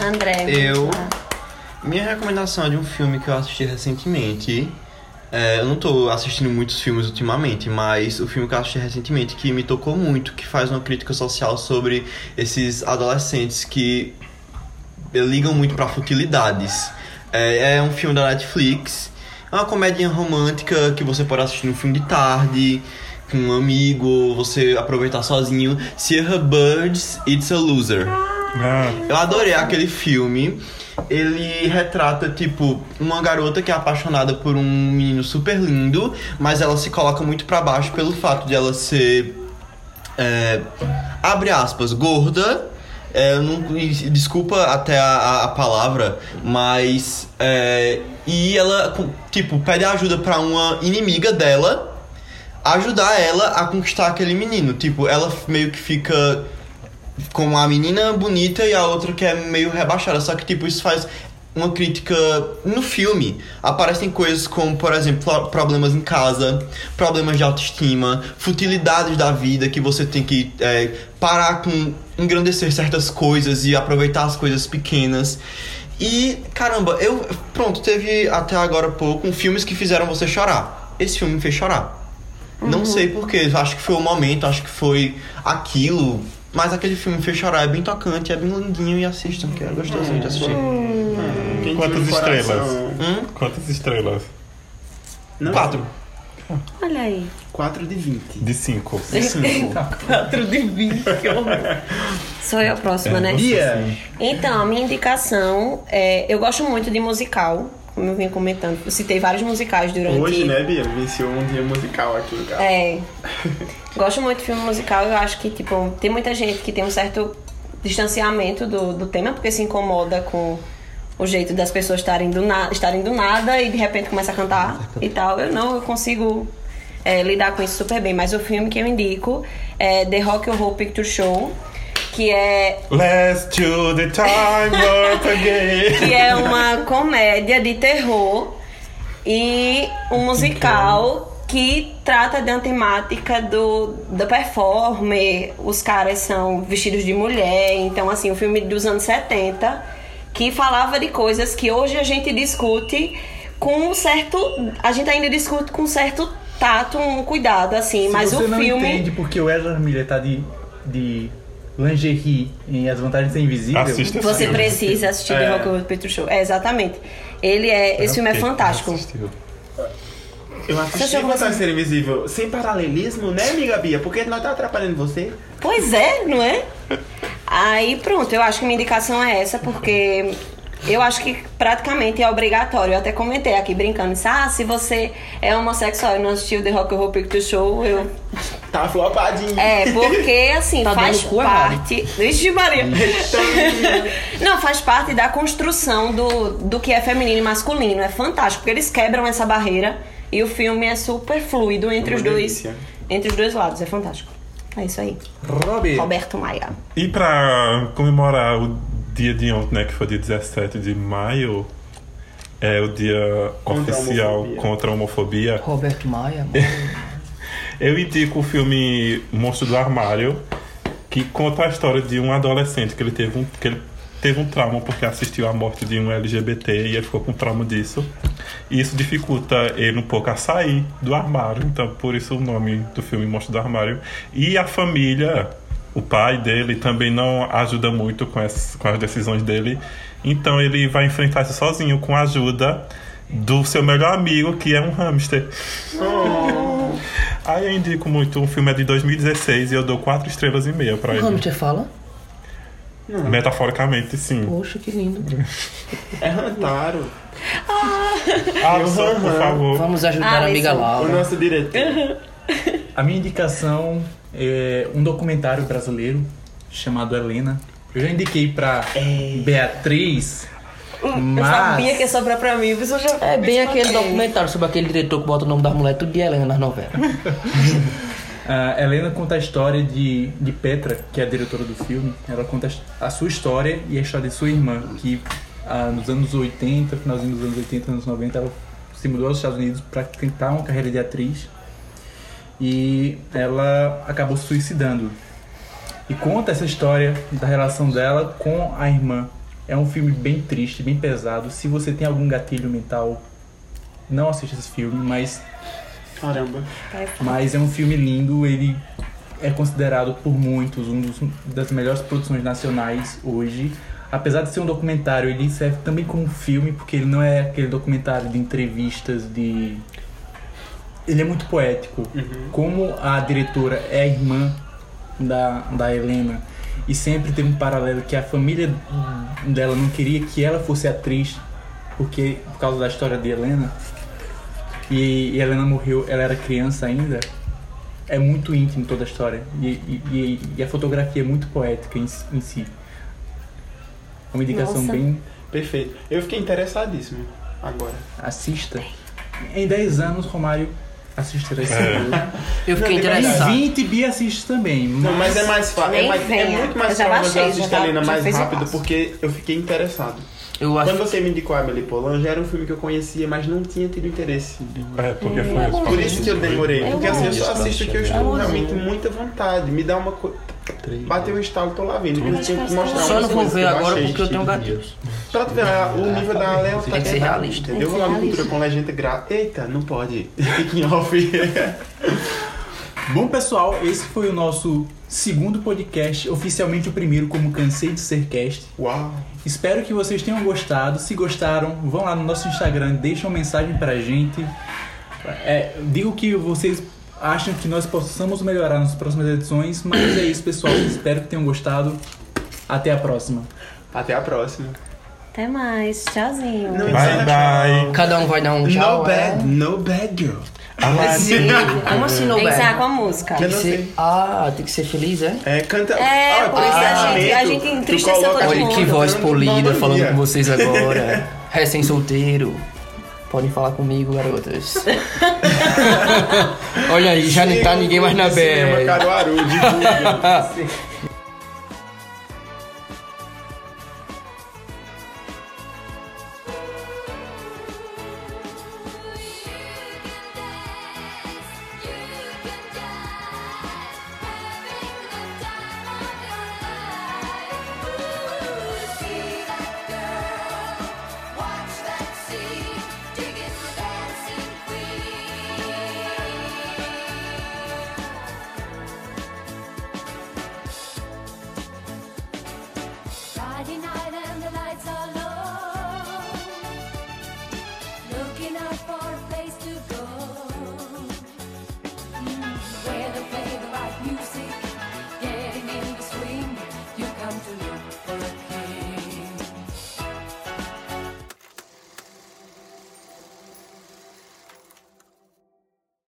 S2: André.
S7: Eu- é. Minha recomendação é de um filme que eu assisti recentemente. É, eu não tô assistindo muitos filmes ultimamente, mas o filme que eu assisti recentemente que me tocou muito, que faz uma crítica social sobre esses adolescentes que ligam muito pra futilidades. É, é um filme da Netflix, é uma comédia romântica que você pode assistir no filme de tarde, com um amigo, você aproveitar sozinho. Sierra Birds, It's a Loser.
S4: Ah,
S7: Eu adorei aquele filme. Ele retrata, tipo, uma garota que é apaixonada por um menino super lindo, mas ela se coloca muito pra baixo pelo fato de ela ser. é, abre aspas, gorda. É, eu não- e- desculpa até a- a, a palavra, mas. é, e ela, com- tipo, pede ajuda pra uma inimiga dela ajudar ela a conquistar aquele menino. Tipo, ela meio que fica com a menina bonita e a outra que é meio rebaixada. Só que, tipo, isso faz uma crítica no filme. Aparecem coisas como, por exemplo, pro- problemas em casa, problemas de autoestima, futilidades da vida que você tem que é, parar com engrandecer certas coisas e aproveitar as coisas pequenas. E, caramba, eu. Pronto, teve até agora pouco um filmes que fizeram você chorar. Esse filme me fez chorar. Não sei porquê, acho que foi o momento, acho que foi aquilo. Mas aquele filme fez chorar, é bem tocante, é bem lindinho e assistam, que é gostosinho de assistir.
S3: Quem
S4: Quantas
S3: tiver um coração-
S7: Hum?
S4: quantas estrelas?
S3: Não,
S7: Quatro.
S2: Olha aí.
S3: 4 de 20.
S4: De cinco.
S2: 4 de 20. que horror. Sou eu a próxima, né?
S3: Bia,
S2: Então, a minha indicação é. Eu gosto muito de musical, como eu vim comentando. Eu citei vários musicais durante.
S3: hoje, né, Bia? Venceu um dia musical aqui em casa.
S2: É. Gosto muito de filme musical. Eu acho que, tipo, tem muita gente que tem um certo distanciamento do, do tema, porque se incomoda com o jeito das pessoas estarem do, na- estarem do nada e de repente começa a cantar e tal. Eu não, eu consigo é, lidar com isso super bem. Mas o filme que eu indico é The Rock Horror Picture Show, que é
S4: Let's do the time once again.
S2: que é uma comédia de terror e um musical que trata de uma temática do, do performer. Os caras são vestidos de mulher, então assim, um filme dos anos 70 que falava de coisas que hoje a gente discute com um certo, a gente ainda discute com um certo tato, um cuidado assim,
S6: Se
S2: mas
S6: você
S2: o
S6: não
S2: filme
S6: entende porque o Ezra Miller tá de, de lingerie em As Vantagens de Ser Invisível.
S4: Assista esse
S2: Você
S4: filme.
S2: precisa assistir The Rock Horror Picture Show. É, exatamente. Ele é, esse filme é
S4: Ok,
S2: fantástico.
S4: assistiu.
S3: Eu
S2: Você
S3: assisti
S2: chegou
S3: Vantagem de Ser Invisível sem paralelismo, né, amiga Bia? Porque nós tá atrapalhando você.
S2: Pois é, não é? Aí pronto, eu acho que minha indicação é essa, porque Eu acho que praticamente é obrigatório. Eu até comentei aqui brincando, disse, ah, se você é homossexual e não assistiu The Rock and Roll Picture Show, eu
S3: Tá flopadinho.
S2: É, porque assim,
S5: Tá
S2: faz
S5: dando cu errado.
S2: parte. Vixe, Maria! Não, faz parte da construção do, do que é feminino e masculino. É fantástico, porque eles quebram essa barreira e o filme é super fluido entre
S3: Uma
S2: os dois.
S3: delícia.
S2: Entre os dois lados, é fantástico. É isso aí.
S6: Robbie.
S2: Roberto Maia.
S4: E pra comemorar o dia de ontem, né, que foi dia 17 de maio, é o dia
S3: Contra a
S4: oficial
S3: homofobia.
S4: contra a homofobia.
S5: Roberto Maia, mano.
S4: Eu indico o filme Monstro do Armário, que conta a história de um adolescente que ele teve um, que ele teve um trauma porque assistiu à morte de um LGBT e ele ficou com trauma disso. E isso dificulta ele um pouco a sair do armário, então por isso o nome do filme Monstro do Armário. E a família, o pai dele também não ajuda muito com as, com as decisões dele, então ele vai enfrentar isso sozinho com a ajuda do seu melhor amigo, que é um hamster. Aí eu indico muito, um filme é de 2016 e eu dou quatro estrelas e meia pra ele.
S5: Hamster fala?
S4: Metaforicamente, sim.
S5: Poxa, que lindo.
S3: É Rantaro.
S4: Alisson, Ah, por favor.
S5: Vamos ajudar a amiga
S2: Alisson.
S3: O
S5: Laura.
S3: nosso
S2: Uhum.
S3: diretor.
S6: A minha indicação é um documentário brasileiro chamado Helena. Eu já indiquei pra Beatriz,
S2: É. Hum, Eu sabia
S6: mas
S2: que ia sobrar pra mim, você já.
S5: É bem aquele documentário sobre aquele diretor que bota o nome da mulher tudo de Helena nas novelas.
S6: a Helena conta a história de, de Petra, que é a diretora do filme. Ela conta a sua história e a história de sua irmã, que ah, nos anos 80, finalzinho dos anos 80, anos 90, ela se mudou aos Estados Unidos pra tentar uma carreira de atriz. E ela acabou se suicidando. e conta essa história da relação dela com a irmã. É um filme bem triste, bem pesado. Se você tem algum gatilho mental, não assista esse filme, mas,
S3: Caramba.
S6: mas é um filme lindo. Ele é considerado por muitos um dos, das melhores produções nacionais hoje. Apesar de ser um documentário, ele serve também como um filme, porque ele não é aquele documentário de entrevistas, de ele é muito poético. Como a diretora é a irmã da, da Helena e sempre teve um paralelo que a família dela não queria que ela fosse atriz porque por causa da história de Helena e, e Helena morreu, ela era criança ainda. É muito íntimo toda a história e, e- e- e a fotografia é muito poética em, si- em si. É uma indicação
S2: Nossa.
S6: bem
S3: Perfeito. Eu fiquei interessadíssimo agora.
S6: assista. Em 10 anos Romário assistirá esse filme.
S5: Eu fiquei
S6: Em
S5: interessado.
S6: 20 Bia assiste também.
S3: Não,
S6: Mas...
S3: mas é mais fácil. É,
S2: Nem
S3: mais- é
S2: venha.
S3: muito mais
S2: Eu já
S3: fácil mas eu
S2: baixei,
S3: assistir
S2: já
S3: a
S2: tá-
S3: Helena
S2: já
S3: mais
S2: fez o
S3: rápido
S2: passo.
S3: porque eu fiquei interessado.
S5: Eu acho
S3: Quando você me indicou a Emily Polange, era um filme que eu conhecia, mas não tinha tido interesse.
S4: É, porque foi isso.
S3: Por isso que eu demorei. Porque assim, eu só assisto o que eu estou
S5: É
S3: realmente muita vontade. Me dá uma coisa. Bateu um estalo, tô lá vendo. Eu tenho que mostrar
S5: Só não
S3: umas
S5: vou
S3: coisas
S5: ver
S3: que eu
S5: agora
S3: achei.
S5: porque eu tenho um Ah, gatilho.
S3: Pra tu ver, a- o nível da Léo tá
S5: Tem que ser
S3: quebrado,
S5: realista.
S3: Entendeu? Vou lá no cultura com legenda grata. Eita, não pode. Fique em off.
S6: Bom, pessoal, esse foi o nosso segundo podcast, oficialmente o primeiro como Cansei de Ser Cast.
S3: Uau.
S6: Espero que vocês tenham gostado. Se gostaram, vão lá no nosso Instagram, deixam mensagem pra gente. É, digo que vocês acham que nós possamos melhorar nas próximas edições, mas é isso, pessoal. Espero que tenham gostado. Até a próxima.
S3: Até a próxima.
S2: Até mais. Tchauzinho.
S4: Bye, bye.
S5: Cada um vai dar um
S3: No
S5: tchau. é?
S3: bad, no bad girl.
S5: Sim. Como assim não
S2: Tem que encerrar com
S5: bad?
S2: a música.
S5: Tem
S3: Eu
S5: que
S3: não
S5: ser...
S3: sei.
S5: Ah, tem que ser feliz, é?
S3: É, canta.
S2: É, por isso a gente- a gente entristeceu todo
S3: Tá
S5: Olha que
S2: mundo.
S5: voz polida falando com vocês agora. Recém-solteiro. Podem falar comigo, garotas. Olha aí, já não tá ninguém mais na
S3: Cinema
S5: bad.
S3: Caruaru, divulga.